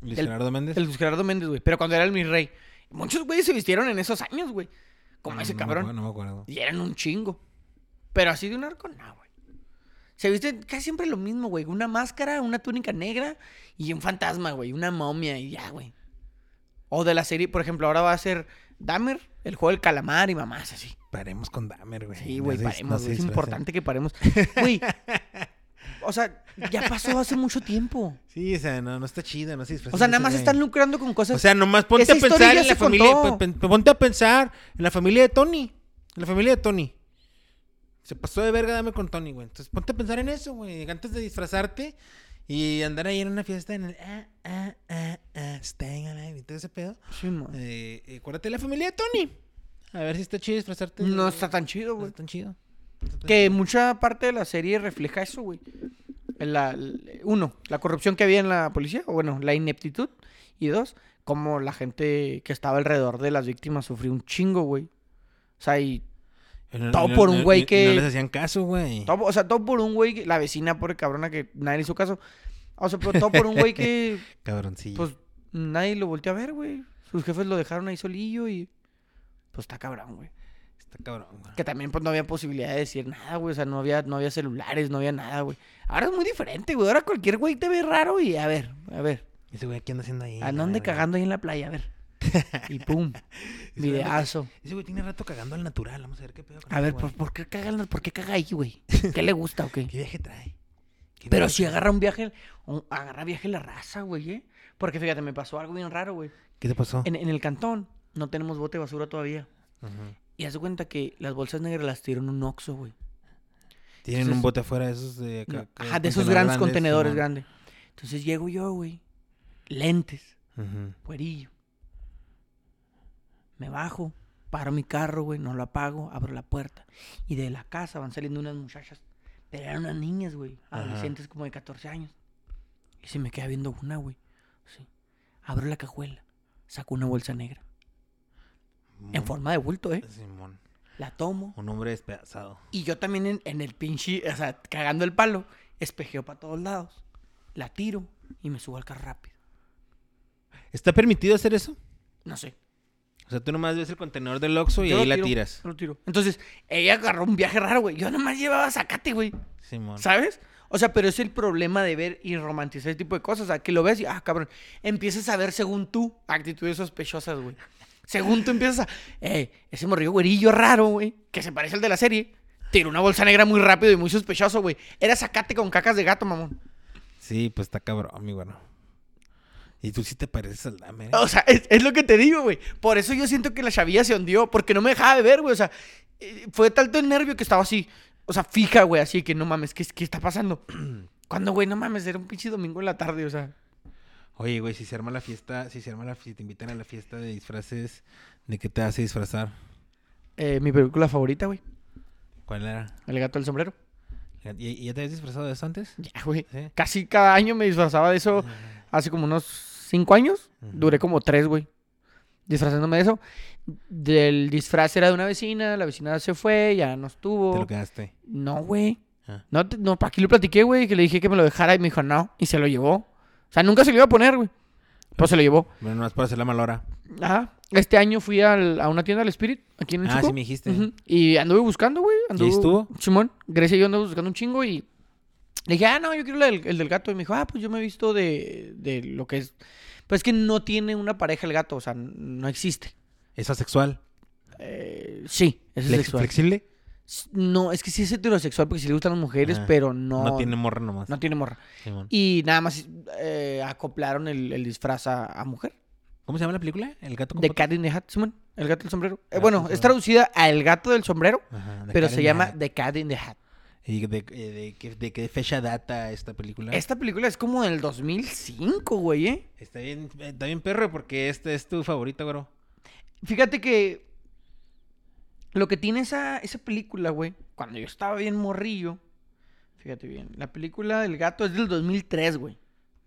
S2: Luis
S1: Del-
S2: Gerardo Méndez.
S1: Del Luis Gerardo Méndez, güey. Pero cuando era el mi rey. Muchos güeyes se vistieron en esos años, güey. Como
S2: No,
S1: ese
S2: Ah, no me
S1: cabrón.
S2: acuerdo, No me acuerdo.
S1: Y eran un chingo. Pero así de un arco, no, güey. Se visten casi siempre lo mismo, güey. Una máscara, una túnica negra y un fantasma, güey. Una momia y ya, güey. O de la serie, por ejemplo, ahora va a ser Dahmer, el juego del calamar y mamás así.
S2: Paremos con Dahmer, güey.
S1: Sí,
S2: No
S1: güey,
S2: se- no
S1: paremos,
S2: se
S1: güey. Es
S2: disfracen.
S1: importante que paremos. Güey, o sea, ya pasó hace mucho tiempo.
S2: Sí, o sea, no, no está chida, no se
S1: O
S2: disfrazan
S1: sea,
S2: de
S1: nada más
S2: ese Pues güey.
S1: están lucrando con cosas.
S2: O sea, nomás ponte
S1: esa
S2: a
S1: historia
S2: pensar
S1: ya
S2: en la
S1: se
S2: familia.
S1: contó.
S2: pon- pon- Ponte a pensar en la familia de Tony. En la familia de Tony. Se pasó de verga, dame con Tony, güey. Entonces ponte a pensar en eso, güey. Antes de disfrazarte y andar ahí en una fiesta en el. Ah, ah, ah, ah, staying alive y todo ese pedo.
S1: Sí, mo-
S2: Eh, eh, acuérdate de la familia de Tony. A ver si está chido disfrazarte. de-
S1: no está tan chido,
S2: No
S1: güey.
S2: está tan chido. No está tan
S1: Que mucha parte de la serie refleja eso, güey. La, l- uno, la corrupción que había en la policía, o bueno, la ineptitud. Y dos, cómo la gente que estaba alrededor de las víctimas sufrió un chingo, güey. O sea, y
S2: chido. Eh, No-
S1: todo
S2: no-
S1: por un
S2: no-
S1: güey
S2: no-
S1: que-
S2: No les hacían caso, güey.
S1: todo, o sea, todo por un güey, que- la vecina pobre cabrona que nadie le hizo caso. O sea, pero todo por un güey que
S2: Cabroncillo.
S1: Pues nadie lo volteó a ver, güey. Sus jefes lo dejaron ahí solillo y. Pues está cabrón, güey.
S2: está cabrón, güey.
S1: Que también pues no había posibilidad de decir nada, güey. O sea, no había, no había celulares, no había nada, güey. Ahora es muy diferente, güey. Ahora cualquier güey te ve raro y a ver, a ver.
S2: Ese güey, ¿qué anda haciendo ahí?
S1: ¿A
S2: La
S1: dónde
S2: verga.
S1: cagando ahí en la playa? A ver. Y pum. Videazo.
S2: Ese güey tiene rato cagando al natural. Vamos a ver qué pedo. con
S1: A
S2: ese
S1: ver,
S2: güey.
S1: ¿por, por qué caga el- por qué caga ahí, güey? ¿Qué le gusta o qué?
S2: ¿Qué viaje trae? ¿Qué
S1: Pero
S2: viaje
S1: si
S2: trae?
S1: agarra un viaje, un- agarra viaje la raza, güey, ¿eh? Porque fíjate, me pasó algo bien raro, güey.
S2: ¿Qué te pasó?
S1: En, en el cantón no tenemos bote de basura todavía.
S2: Ajá.
S1: Y haz de cuenta que las bolsas negras las tiraron en un oxo, güey.
S2: Tienen
S1: Entonces-
S2: un bote afuera de esos de... acá,
S1: No,
S2: que-
S1: Ajá, de esos
S2: contenedores
S1: grandes contenedores
S2: Simón.
S1: grandes. Entonces llego yo, güey. Lentes,
S2: Ujú.
S1: puerillo. Me bajo, paro mi carro, güey, no lo apago, abro la puerta. Y de la casa van saliendo unas muchachas. Pero eran unas niñas, güey.
S2: Ajá.
S1: Adolescentes como de 14 años. Y se me queda viendo una, güey. Sí. Abro la cajuela. Saco una bolsa negra. En
S2: Mon-
S1: forma de bulto, ¿eh?
S2: Simón.
S1: La tomo.
S2: Un hombre despedazado.
S1: Y yo también en, en el pinche, o sea, cagando el palo, espejeo para todos lados. La tiro y me subo al carro rápido.
S2: ¿Está permitido hacer eso?
S1: No sé.
S2: O sea, tú nomás ves el contenedor del Oxxo y
S1: Yo lo
S2: ahí la
S1: tiro,
S2: tiras.
S1: Lo tiro. Entonces, ella agarró un viaje raro, güey. Yo nomás llevaba zacate, güey.
S2: Simón.
S1: ¿Sabes? O sea, pero es el problema de ver y romantizar ese tipo de cosas. O sea, que lo ves y, ah, cabrón, empiezas a ver según tú actitudes sospechosas, güey. Según tú empiezas a, eh, ese morrillo güerillo raro, güey, que se parece al de la serie, tiró una bolsa negra muy rápido y muy sospechoso, güey. Era zacate con cacas de gato, mamón.
S2: Sí, pues está cabrón, mi bueno. Y tú sí te pareces al dame. ¿eh?
S1: O sea, es, es lo que te digo, güey. Por eso yo siento que la chavilla se hundió, porque no me dejaba de ver, güey. O sea, eh, fue tanto el nervio que estaba así, o sea, fija, güey, así que no mames, ¿qué, qué está pasando? Cuando, güey? No mames, era un pinche domingo en la tarde, o sea.
S2: Oye, güey, si se arma la fiesta, si se arma la si te invitan a la fiesta de disfraces, ¿de qué te hace disfrazar?
S1: Eh, mi película favorita, güey.
S2: ¿Cuál era?
S1: El gato del sombrero.
S2: ¿Y, y ya te habías disfrazado de eso antes?
S1: Ya, güey.
S2: Sí.
S1: Casi cada año me disfrazaba de eso. Hace como unos cinco años.
S2: Ujú.
S1: Duré como tres, güey. Disfrazándome de eso. Del disfraz era de una vecina. La vecina se fue, ya no estuvo.
S2: Te lo quedaste.
S1: No, güey.
S2: Ah.
S1: No, te- no, aquí lo platiqué, güey. Que le dije que me lo dejara y me dijo no. Y se lo llevó. O sea, nunca se lo iba a poner, güey. Pues se lo llevó.
S2: Bueno, nomás para hacer la mala hora.
S1: Ajá. Este año fui al- a una tienda del Spirit, aquí en el
S2: Ah,
S1: Chico.
S2: sí me dijiste.
S1: Ujú. Y anduve buscando, güey.
S2: ¿Y
S1: Anduve...
S2: estuvo?
S1: Simón, Grecia y yo anduve buscando un chingo y le dije, ah, no, yo quiero la del- el, del gato. Y me dijo, ah, pues yo me he visto de, de lo que es. Pues es que no tiene una pareja el gato, o sea, n- no existe.
S2: ¿Es asexual?
S1: Eh, sí, es
S2: Flex-
S1: sexual.
S2: ¿Flexible?
S1: No, es que sí es heterosexual porque sí le gustan las mujeres,
S2: Ajá.
S1: pero no,
S2: Ah, No, tiene morra nomás.
S1: no tiene morra.
S2: Simón.
S1: Y nada más eh, acoplaron el, el disfraz a, a mujer.
S2: ¿Cómo se llama la película? ¿El gato con
S1: De
S2: botas?
S1: Cat in the Hat, Simón, el gato del sombrero. Eh,
S2: Gato
S1: bueno,
S2: del
S1: es
S2: sombrero.
S1: traducida a El gato del sombrero,
S2: Ajá, Ah, pues, de
S1: pero
S2: Karen
S1: se llama
S2: Hart.
S1: The Cat in the Hat.
S2: ¿Y de, eh, de qué, de qué fecha data esta película?
S1: Esta película es como del 2005, güey, ¿eh?
S2: Está bien, eh, está bien perro porque este es tu favorito, bro.
S1: Fíjate que lo que tiene esa, esa película, güey, cuando yo estaba bien morrillo, fíjate bien, la película del gato es del 2003, güey.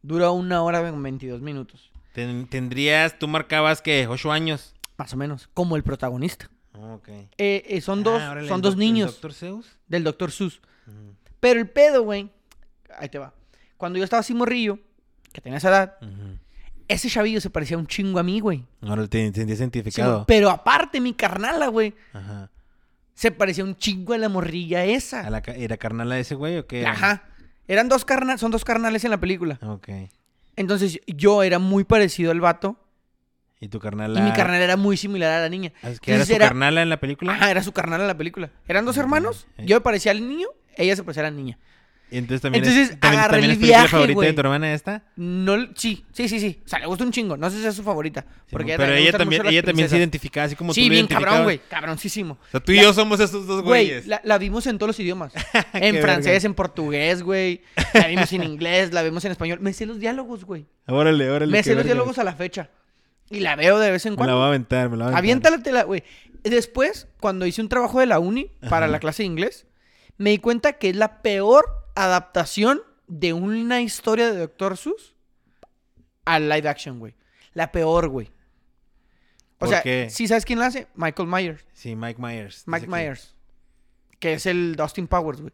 S1: Dura una hora con 22 minutos,
S2: Ten- tendrías, tú marcabas que ocho años. Ah,
S1: más o menos, como el protagonista.
S2: Ok.
S1: Eh, eh, son
S2: Ah,
S1: dos,
S2: órale,
S1: son
S2: el
S1: dos
S2: doc- el
S1: niños
S2: Doctor Zeus.
S1: del Dr. Sus.
S2: Ujú,
S1: Pero el pedo, güey, ahí te va. Cuando yo estaba así morrillo, que tenía esa edad,
S2: ujú.
S1: ese chavillo se parecía un chingo a mí, güey.
S2: Ahora te te sentías
S1: Sí,
S2: identificado.
S1: pero aparte, mi carnala, güey,
S2: Ajá.
S1: se parecía un chingo a la morrilla esa.
S2: ¿A la ca- ¿Era carnala de ese güey o qué? era?
S1: Ajá. Eran dos carnales, son dos carnales en la película.
S2: Ok.
S1: Entonces yo era muy parecido al vato
S2: ¿Y tu carnala?
S1: y mi carnal era muy similar a la niña.
S2: Ah, ¿Es que era
S1: Entonces
S2: su
S1: era-
S2: carnala en la película?
S1: Ajá, era su carnal en la película. Eran dos
S2: Ah,
S1: hermanos,
S2: eh.
S1: yo me parecía al niño, ella se parecía a la niña.
S2: Y entonces también
S1: Entonces,
S2: es, también,
S1: agarré
S2: también
S1: el
S2: es película
S1: viaje,
S2: favorita
S1: güey.
S2: de tu hermana esta.
S1: No, l- sí, sí, sí, sí. O sea, le gusta un chingo. No sé si es su favorita. Porque
S2: Simón, pero
S1: le
S2: ella
S1: gustan
S2: también,
S1: mucho las
S2: ella también se
S1: princesas.
S2: identificaba así como tú
S1: Sí,
S2: lo
S1: bien cabrón,
S2: identificabas.
S1: güey. Cabroncísimo.
S2: O sea, tú y
S1: La-
S2: yo somos esos dos
S1: Güey,
S2: güeyes.
S1: la, la vimos en todos los idiomas. en
S2: Qué
S1: francés,
S2: verga.
S1: en portugués, güey. La vimos en inglés, la vimos en español. Me sé los diálogos, güey.
S2: Órale, órale.
S1: Me
S2: qué
S1: sé los
S2: verga.
S1: diálogos a la fecha. Y la veo de vez en
S2: Me
S1: cuando.
S2: la va a aventar, me la va a aventar.
S1: Aviéntala, tela, güey. Después, cuando hice un trabajo de la uni para
S2: Ajá.
S1: la clase de inglés, me di cuenta que es la peor adaptación de una historia de Doctor Seuss a live action, güey. La peor, güey. O
S2: ¿Por
S1: sea,
S2: qué?
S1: ¿sí sabes quién la hace? Michael Myers.
S2: Sí, Mike Myers.
S1: Mike
S2: dice aquí.
S1: Myers. Que es el Dustin Powers, güey.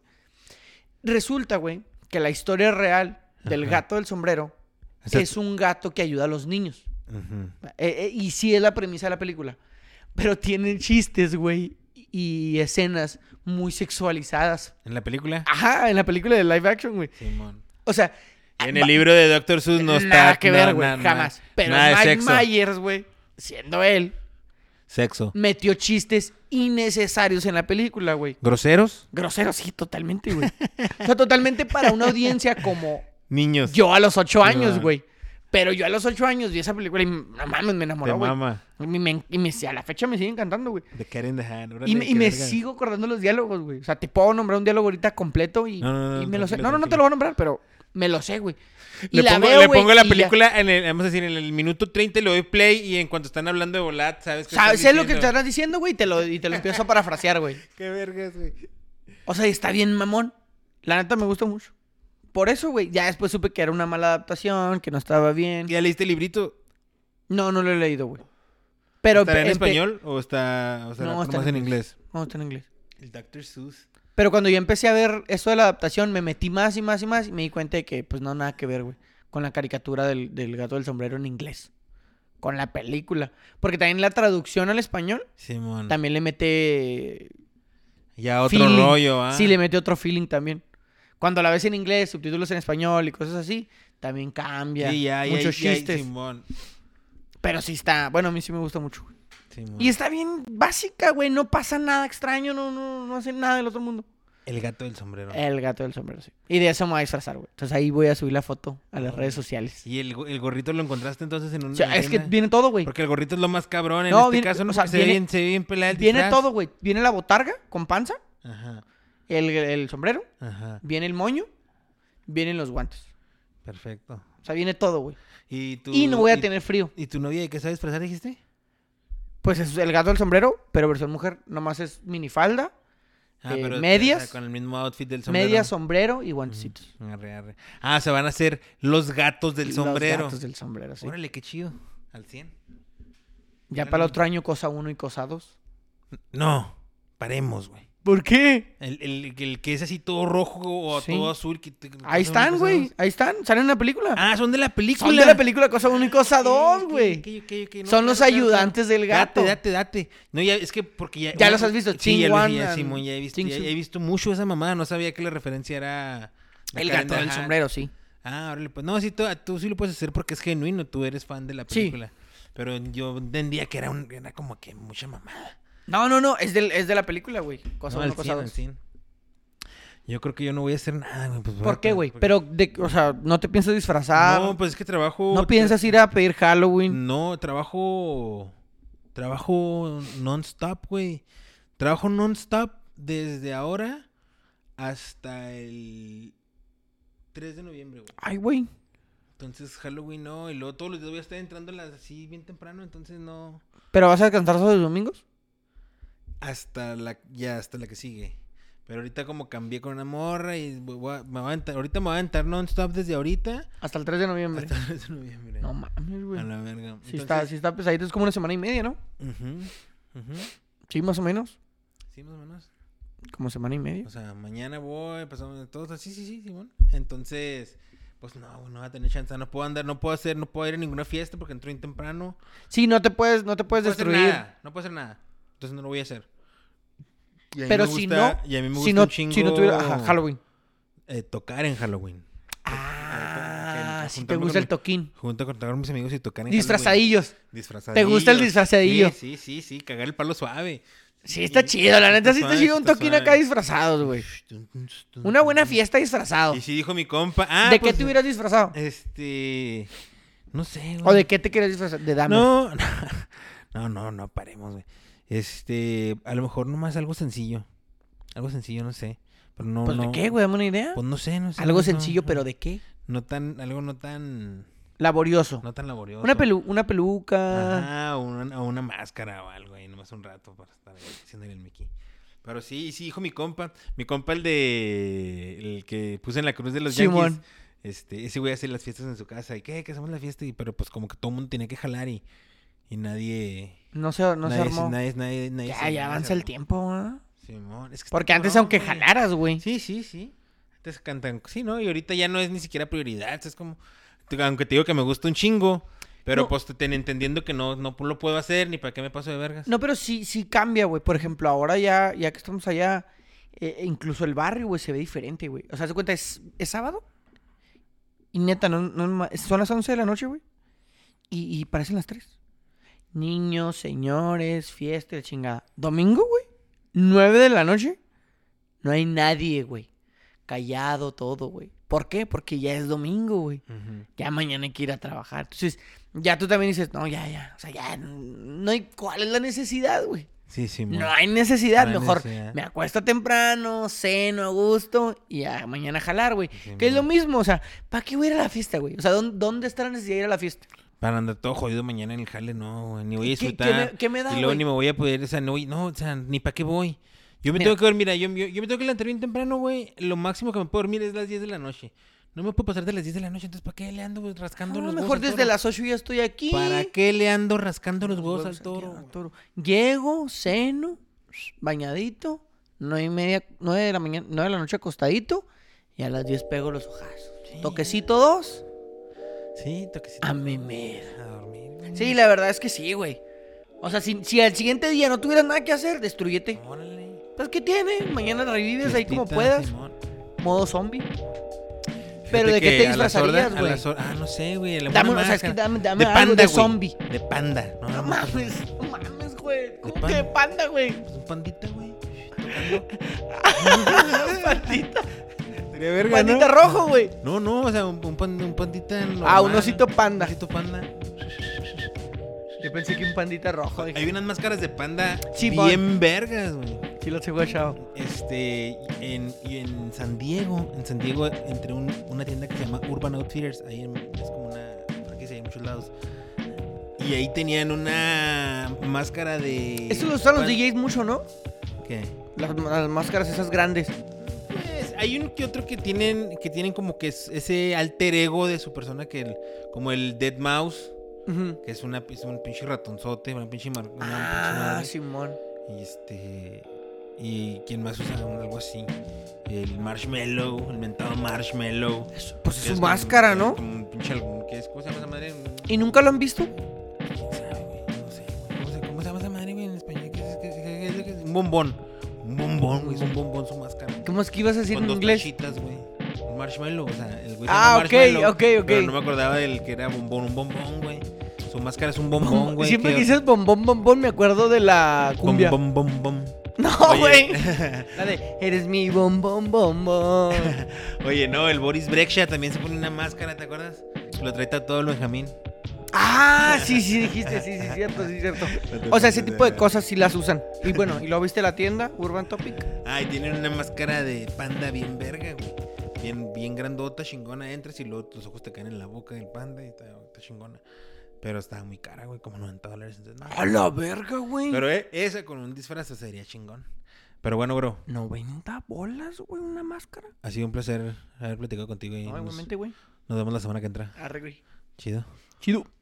S1: Resulta, güey, que la historia real del
S2: Ajá.
S1: gato del sombrero
S2: O sea,
S1: es un gato que ayuda a los niños.
S2: ujú.
S1: Eh, eh, y sí es la premisa de la película. Pero tienen chistes, güey. Y escenas muy sexualizadas.
S2: En la película.
S1: Ajá, en la película de live action, güey.
S2: Simón.
S1: O sea.
S2: En
S1: Ah, va-
S2: el libro de Doctor Seuss no está.
S1: Nada que ver,
S2: no,
S1: güey.
S2: na- na-
S1: jamás. Pero
S2: nada de
S1: Mike
S2: sexo.
S1: Myers, güey, siendo él,
S2: Sexo.
S1: metió chistes innecesarios en la película, güey.
S2: ¿Groseros?
S1: Grosero, sí, totalmente, güey. O sea, totalmente para una audiencia como
S2: Niños.
S1: yo a los ocho años,
S2: Simón.
S1: güey. Pero yo a los ocho años vi esa película y no mames, me
S2: De
S1: enamoró, güey.
S2: mama.
S1: Y me- y me- a la fecha me sigue encantando, güey.
S2: De Karen the Hand. órale,
S1: Y me, y
S2: qué
S1: me
S2: verga.
S1: sigo acordando los diálogos, güey. O sea, te puedo nombrar un diálogo ahorita completo y,
S2: No, no, no,
S1: y me lo sé. No,
S2: tranquilo,
S1: no, no te lo
S2: tranquilo.
S1: voy a nombrar, pero Me lo sé, güey. Y
S2: Le,
S1: la
S2: pongo,
S1: veo,
S2: le
S1: güey,
S2: pongo la
S1: y ya.
S2: película, en el, vamos a decir, en el minuto 30 y le doy play y en cuanto están hablando de volat, ¿sabes qué?
S1: ¿Sabes
S2: están
S1: sé lo que te
S2: diciendo?
S1: estarás diciendo, güey? Y te lo, y te lo empiezo a parafrasear, güey.
S2: Qué vergas, güey.
S1: O sea, está bien mamón. La neta me gusta mucho. Por eso, güey, ya después supe que era una mala adaptación, que no estaba bien.
S2: ¿Ya leíste el librito?
S1: No, no lo he leído, güey. Pero
S2: ¿Estará en
S1: empe-
S2: español o está, o sea,
S1: No, está
S2: más
S1: en
S2: en inglés?
S1: No, está en inglés.
S2: El Dr. Seuss.
S1: Pero cuando yo empecé a ver eso de la adaptación, me metí más y más y más y me di cuenta de que, pues, no, nada que ver, güey. Con la caricatura del, del gato del sombrero en inglés. Con la película. Porque también la traducción al español
S2: Simón.
S1: también le mete
S2: Ya otro
S1: feeling.
S2: rollo, ¿ah?
S1: Sí, le mete otro feeling también. Cuando la ves en inglés, subtítulos en español y cosas así, también cambia.
S2: Sí, ya, ya,
S1: Muchos
S2: ya,
S1: chistes.
S2: Simón.
S1: pero sí está. Bueno, a mí sí me gusta mucho. güey.
S2: Simón.
S1: Y está bien básica, güey. No pasa nada extraño, no, no, no hace nada del otro mundo.
S2: El gato del sombrero.
S1: El gato del sombrero, sí. Y de eso me voy a disfrazar, güey. Entonces ahí voy a subir la foto a las
S2: No,
S1: redes sociales.
S2: ¿Y el, go- el gorrito lo encontraste entonces en un
S1: O sea,
S2: en
S1: es que
S2: una-
S1: viene todo, güey.
S2: Porque el gorrito es lo más cabrón. En
S1: No,
S2: este
S1: viene-
S2: caso, no
S1: o sea,
S2: Porque se,
S1: viene-
S2: ve bien, se ve bien pelada el
S1: Viene
S2: disfraz.
S1: todo, güey. Viene la botarga con panza,
S2: Ajá,
S1: el, el sombrero,
S2: ajá.
S1: viene el moño, vienen los guantes.
S2: Perfecto.
S1: O sea, viene todo, güey.
S2: Y, tú,
S1: Y no voy a tener frío.
S2: ¿Y tu novia de qué sabe disfrazar, dijiste?
S1: Pues es el gato del sombrero, pero versión mujer. Nomás es minifalda, Eh,
S2: Ah, o sea,
S1: medias.
S2: con el mismo outfit del sombrero.
S1: media, sombrero y guantecitos.
S2: Arre, arre. Ah, se van a hacer los gatos del
S1: Los
S2: sombrero.
S1: gatos del sombrero, sí.
S2: Órale, qué chido. Al 100.
S1: Ya para el otro año, cosa uno y cosa dos.
S2: No, paremos, güey.
S1: ¿Por qué?
S2: El, el- el que es así todo rojo o
S1: Sí.
S2: todo azul. que te-
S1: Ahí
S2: cosa
S1: están,
S2: uno, cosa
S1: güey.
S2: dos.
S1: Ahí están. Salen en la película.
S2: Ah, son de la película.
S1: Son de la película Cosa 1 y Cosa 2,
S2: Ok,
S1: güey.
S2: ok, ok, ok. No,
S1: Son
S2: claro,
S1: los
S2: claro,
S1: ayudantes
S2: claro.
S1: del gato.
S2: Date, date, date. No, ya, es que porque ya.
S1: Ya
S2: una-
S1: los has visto,
S2: Sí,
S1: Ching
S2: ya, los,
S1: Wan
S2: ya,
S1: and
S2: Simón, ya he visto.
S1: Ching
S2: ya-
S1: Su.
S2: ya he visto mucho esa mamada. No sabía que la referencia era. la
S1: El
S2: Karen
S1: gato del
S2: Dahan.
S1: sombrero, sí.
S2: Ah, órale, pues. No, sí, tú, tú sí lo puedes hacer porque es genuino. Tú eres fan de la
S1: Sí.
S2: película. Pero yo entendía que era, un, era como que mucha mamada.
S1: No, no, no. Es, del, es de la película, güey. Cosa
S2: No,
S1: 1
S2: al
S1: Cosa
S2: 100, al
S1: 2.
S2: 100. Yo creo que yo no voy a hacer nada, güey. pues, voy
S1: ¿Por
S2: a-
S1: qué, güey?
S2: porque-
S1: Pero, de, o sea, ¿no te piensas disfrazar?
S2: No,
S1: No,
S2: pues es que trabajo.
S1: piensas ir a pedir Halloween?
S2: No, trabajo. Trabajo non-stop, güey. Trabajo non-stop desde ahora hasta el 3 de noviembre, güey.
S1: Ay, güey.
S2: Entonces Halloween no, y luego todos los días voy a estar entrando a las- así bien temprano, entonces no.
S1: ¿Pero vas a descansar todos los domingos?
S2: Hasta la, ya, hasta la que sigue. Pero ahorita como cambié con una morra y voy a- me voy a aventar- ahorita me voy a aventar non-stop desde ahorita
S1: Hasta el 3 de noviembre.
S2: hasta el 3 de noviembre.
S1: No mames, güey.
S2: a la verga.
S1: Si está,
S2: Entonces-
S1: si está pesadito, es como una semana y media, ¿no?
S2: Ujú, ujú.
S1: Sí, más o menos.
S2: Sí, más o menos.
S1: Como semana y media.
S2: O sea, mañana voy, pasamos todos así, sí, sí, Simón. Entonces, pues no, güey, no va a tener chance, no puedo andar, no puedo hacer, no puedo ir a ninguna fiesta porque entró bien temprano.
S1: Sí, no te puedes, no te puedes
S2: no puedo
S1: destruir.
S2: hacer nada, no puedo hacer nada. Entonces no lo voy a hacer. Y a mí
S1: Pero
S2: me
S1: si
S2: gusta-
S1: no,
S2: y a mí me gusta
S1: si no,
S2: un chingo
S1: si no tuviera ajá, Halloween.
S2: eh, tocar en Halloween.
S1: Ah,
S2: que-
S1: si te
S2: juntarme
S1: gusta
S2: con
S1: el
S2: mi-
S1: toquín.
S2: Junto a contar con mis amigos y tocar en Halloween.
S1: Disfrazadillos.
S2: Disfrazadillo.
S1: ¿Te gusta el disfrazadillo?
S2: Sí, sí, sí, sí, cagar el palo suave.
S1: Sí, está chido, la neta sí
S2: Está
S1: te
S2: suave,
S1: llega un
S2: está
S1: toquín
S2: suave.
S1: acá disfrazados, güey. Una buena fiesta disfrazado.
S2: Y si dijo mi compa, ah,
S1: ¿De
S2: pues,
S1: qué te hubieras disfrazado?
S2: Este. No sé, güey.
S1: ¿O de qué te quieres disfrazar? De dama.
S2: No, no, no, no paremos, güey. Este, a lo mejor nomás algo sencillo. Algo sencillo, no sé. Pero no,
S1: pues
S2: no.
S1: de qué, güey, dame una idea.
S2: Pues no sé, no sé.
S1: Algo
S2: no-
S1: sencillo,
S2: no-
S1: pero ¿de qué?
S2: No tan, algo no tan.
S1: Laborioso.
S2: No tan laborioso.
S1: Una, pelu- una peluca.
S2: Ajá, o una, o una máscara o algo ahí, nomás un rato para estar ahí haciéndole el Mickey. Pero sí, sí, dijo mi compa. Mi compa, el de. El que puse en la cruz de los Yankees.
S1: Simón.
S2: Este, ese güey hace las fiestas en su casa. ¿Y qué? ¿Qué hacemos la fiesta? Y, pero pues como que todo el mundo tenía que jalar y, y nadie.
S1: No se, no se
S2: nadie,
S1: armó.
S2: Nadie, nadie, nadie
S1: ya,
S2: se-
S1: ya
S2: nadie
S1: avanza
S2: se
S1: el
S2: armó.
S1: tiempo, ¿ah?
S2: Simón, es que está
S1: Porque antes,
S2: cabrón,
S1: aunque
S2: güey.
S1: jalaras, güey.
S2: Sí, sí, sí. Antes cantan. Sí, ¿no? Y ahorita ya no es ni siquiera prioridad. Es como. te- Aunque te digo que me gusta un chingo. Pero
S1: No.
S2: pues te- ten- entendiendo que no, no lo puedo hacer ni para qué me paso de vergas.
S1: No, pero sí, sí cambia, güey. Por ejemplo, ahora ya, ya que estamos allá, eh, incluso el barrio, güey, se ve diferente, güey. O sea, ¿se cuenta? Es, es sábado. Y neta, no, no es ma- son las 11 de la noche, güey. Y, y parecen las 3. Niños, señores, fiesta, y la chingada. Domingo, güey. 9 de la noche. No hay nadie, güey. Callado todo, güey. ¿Por qué? Porque ya es domingo, güey
S2: Ujú.
S1: ya mañana hay que ir a trabajar. Entonces, ya tú también dices, no, ya, ya. O sea, ya, no hay, ¿cuál es la necesidad, güey?
S2: Sí, sí,
S1: No
S2: mo.
S1: hay necesidad,
S2: No hay
S1: mejor
S2: necesidad.
S1: me acuesto temprano, ceno a gusto y a mañana a jalar, güey.
S2: Sí,
S1: que es lo
S2: mo.
S1: mismo, o sea, ¿para qué voy a ir a la fiesta, güey? O sea, ¿dónde, dónde está la necesidad de ir a la fiesta?
S2: Para andar todo jodido mañana en el jale, no, güey. Ni voy a
S1: ¿Qué- qué
S2: disfrutar.
S1: me- qué me da,
S2: Y luego
S1: güey?
S2: ni me voy a poder, o sea, no, voy- no, o sea, ni para qué voy. Yo me
S1: Mira.
S2: tengo que dormir, mira, yo, yo, yo me tengo que levantar bien temprano, güey. Lo máximo que me puedo dormir es las 10 de la noche. No me puedo pasar de las 10 de la noche, entonces ¿para qué le ando güey, rascando
S1: Ah,
S2: los
S1: mejor
S2: huevos al
S1: desde
S2: toro?
S1: las 8 ya estoy aquí.
S2: ¿Para qué le ando rascando los
S1: Los
S2: huevos
S1: huevos ah.
S2: al toro? güey?
S1: Llego, ceno, bañadito, nueve y media, nueve de la mañana, nueve de la noche acostadito, y a las 10 pego los ojazos.
S2: Sí.
S1: Toquecito dos,
S2: Sí, toquecito.
S1: a memer.
S2: A dormir. güey.
S1: Sí, la verdad es que sí, güey. O sea, si, si al siguiente día no tuvieras nada que hacer, destruyete.
S2: Mm, Órale.
S1: Pues, ¿qué tiene? Mañana revives ahí como
S2: Fiestita,
S1: puedas.
S2: Simón.
S1: Modo zombie.
S2: Fíjate
S1: ¿de qué te
S2: a las
S1: disfrazarías,
S2: horas- a
S1: güey?
S2: las horas- Ah, no sé, güey. la
S1: Dame,
S2: buena
S1: o sea, es que
S2: máscara.
S1: dame, dame algo de
S2: güey.
S1: zombie.
S2: De panda. No,
S1: No
S2: no,
S1: mames, no mames, güey. ¿Cómo
S2: pan-
S1: que de panda, güey?
S2: Pues un pandita, güey.
S1: Pandita,
S2: Sería verga,
S1: pandita
S2: ¿no?
S1: rojo, güey.
S2: No, no, o sea, un, un pan- un pandita
S1: Ah, un
S2: normal.
S1: osito
S2: Un
S1: panda.
S2: osito panda.
S1: Yo pensé que un pandita rojo. dije,
S2: Hay unas máscaras de panda
S1: Sí,
S2: bien vergas, güey.
S1: Sí, lo tengo echado.
S2: Este, en, y en San Diego, en San Diego entré a un- una tienda que se llama Urban Outfitters, ahí en- es como una franquicia hay en muchos lados. Y ahí tenían una máscara de...
S1: Eso lo usan los
S2: pan-
S1: DJs mucho, ¿no?
S2: ¿Qué?
S1: Las, las máscaras esas grandes.
S2: Pues hay un que otro que tienen, que tienen como que es- ese alter ego de su persona que el- como el Dead Mouse,
S1: Ujú.
S2: que es una es un pinche ratonzote, una pinche mar- una pinche
S1: Ah,
S2: madre.
S1: Simón.
S2: Y este. ¿Y quién más usa un- algo así? El marshmallow, el mentado marshmallow.
S1: Es- Pues
S2: Que
S1: es su
S2: como-
S1: máscara,
S2: es
S1: ¿no?
S2: Como un pinche algún- ¿qué es? ¿Cómo se llama esa madre? Un-
S1: ¿Y nunca lo han visto?
S2: ¿Quién sabe, güey? No sé, güey. ¿Cómo se, cómo se llama esa madre, güey, en español? ¿Qué es, qué es- qué es- qué es? Un bombón. Un bombón, güey. Es un bombón su máscara.
S1: ¿Cómo es que ibas a decir
S2: Con
S1: en
S2: dos
S1: inglés?
S2: flechitas, güey. Un marshmallow, o sea, el güey se
S1: Ah,
S2: llama
S1: ok,
S2: marshmallow,
S1: ok, ok.
S2: Pero no me acordaba del que era bombón, un bombón, güey. Su máscara es un bombón, güey.
S1: Siempre que dices bombón, bombón, me acuerdo de la cumbia.
S2: Bombón, bombón, bombón.
S1: No,
S2: Oye.
S1: güey. La de, eres mi bombón, bombón.
S2: Oye, no, el Boris Brexia también se pone una máscara, ¿te acuerdas? Lo trae todo el Benjamín.
S1: ah, sí, sí, dijiste, sí, sí, cierto, sí, cierto. O sea, ese tipo de cosas sí las usan. Y bueno, ¿y lo viste en la tienda? Urban Topic.
S2: Ay, tienen una máscara de panda bien verga, güey. Bien, bien grandota, chingona, entras y luego tus ojos te caen en la boca del panda y está, está chingona. Pero estaba muy cara, güey, como 90 dólares. Entonces, no.
S1: la verga, güey.
S2: Pero eh, esa con un disfraz sería chingón. Pero bueno, bro,
S1: 90 bolas, güey, una máscara.
S2: ha sido un placer haber platicado contigo y
S1: No,
S2: nos,
S1: igualmente, güey.
S2: nos vemos la semana que entra.
S1: Arregui.
S2: Chido.
S1: Chido.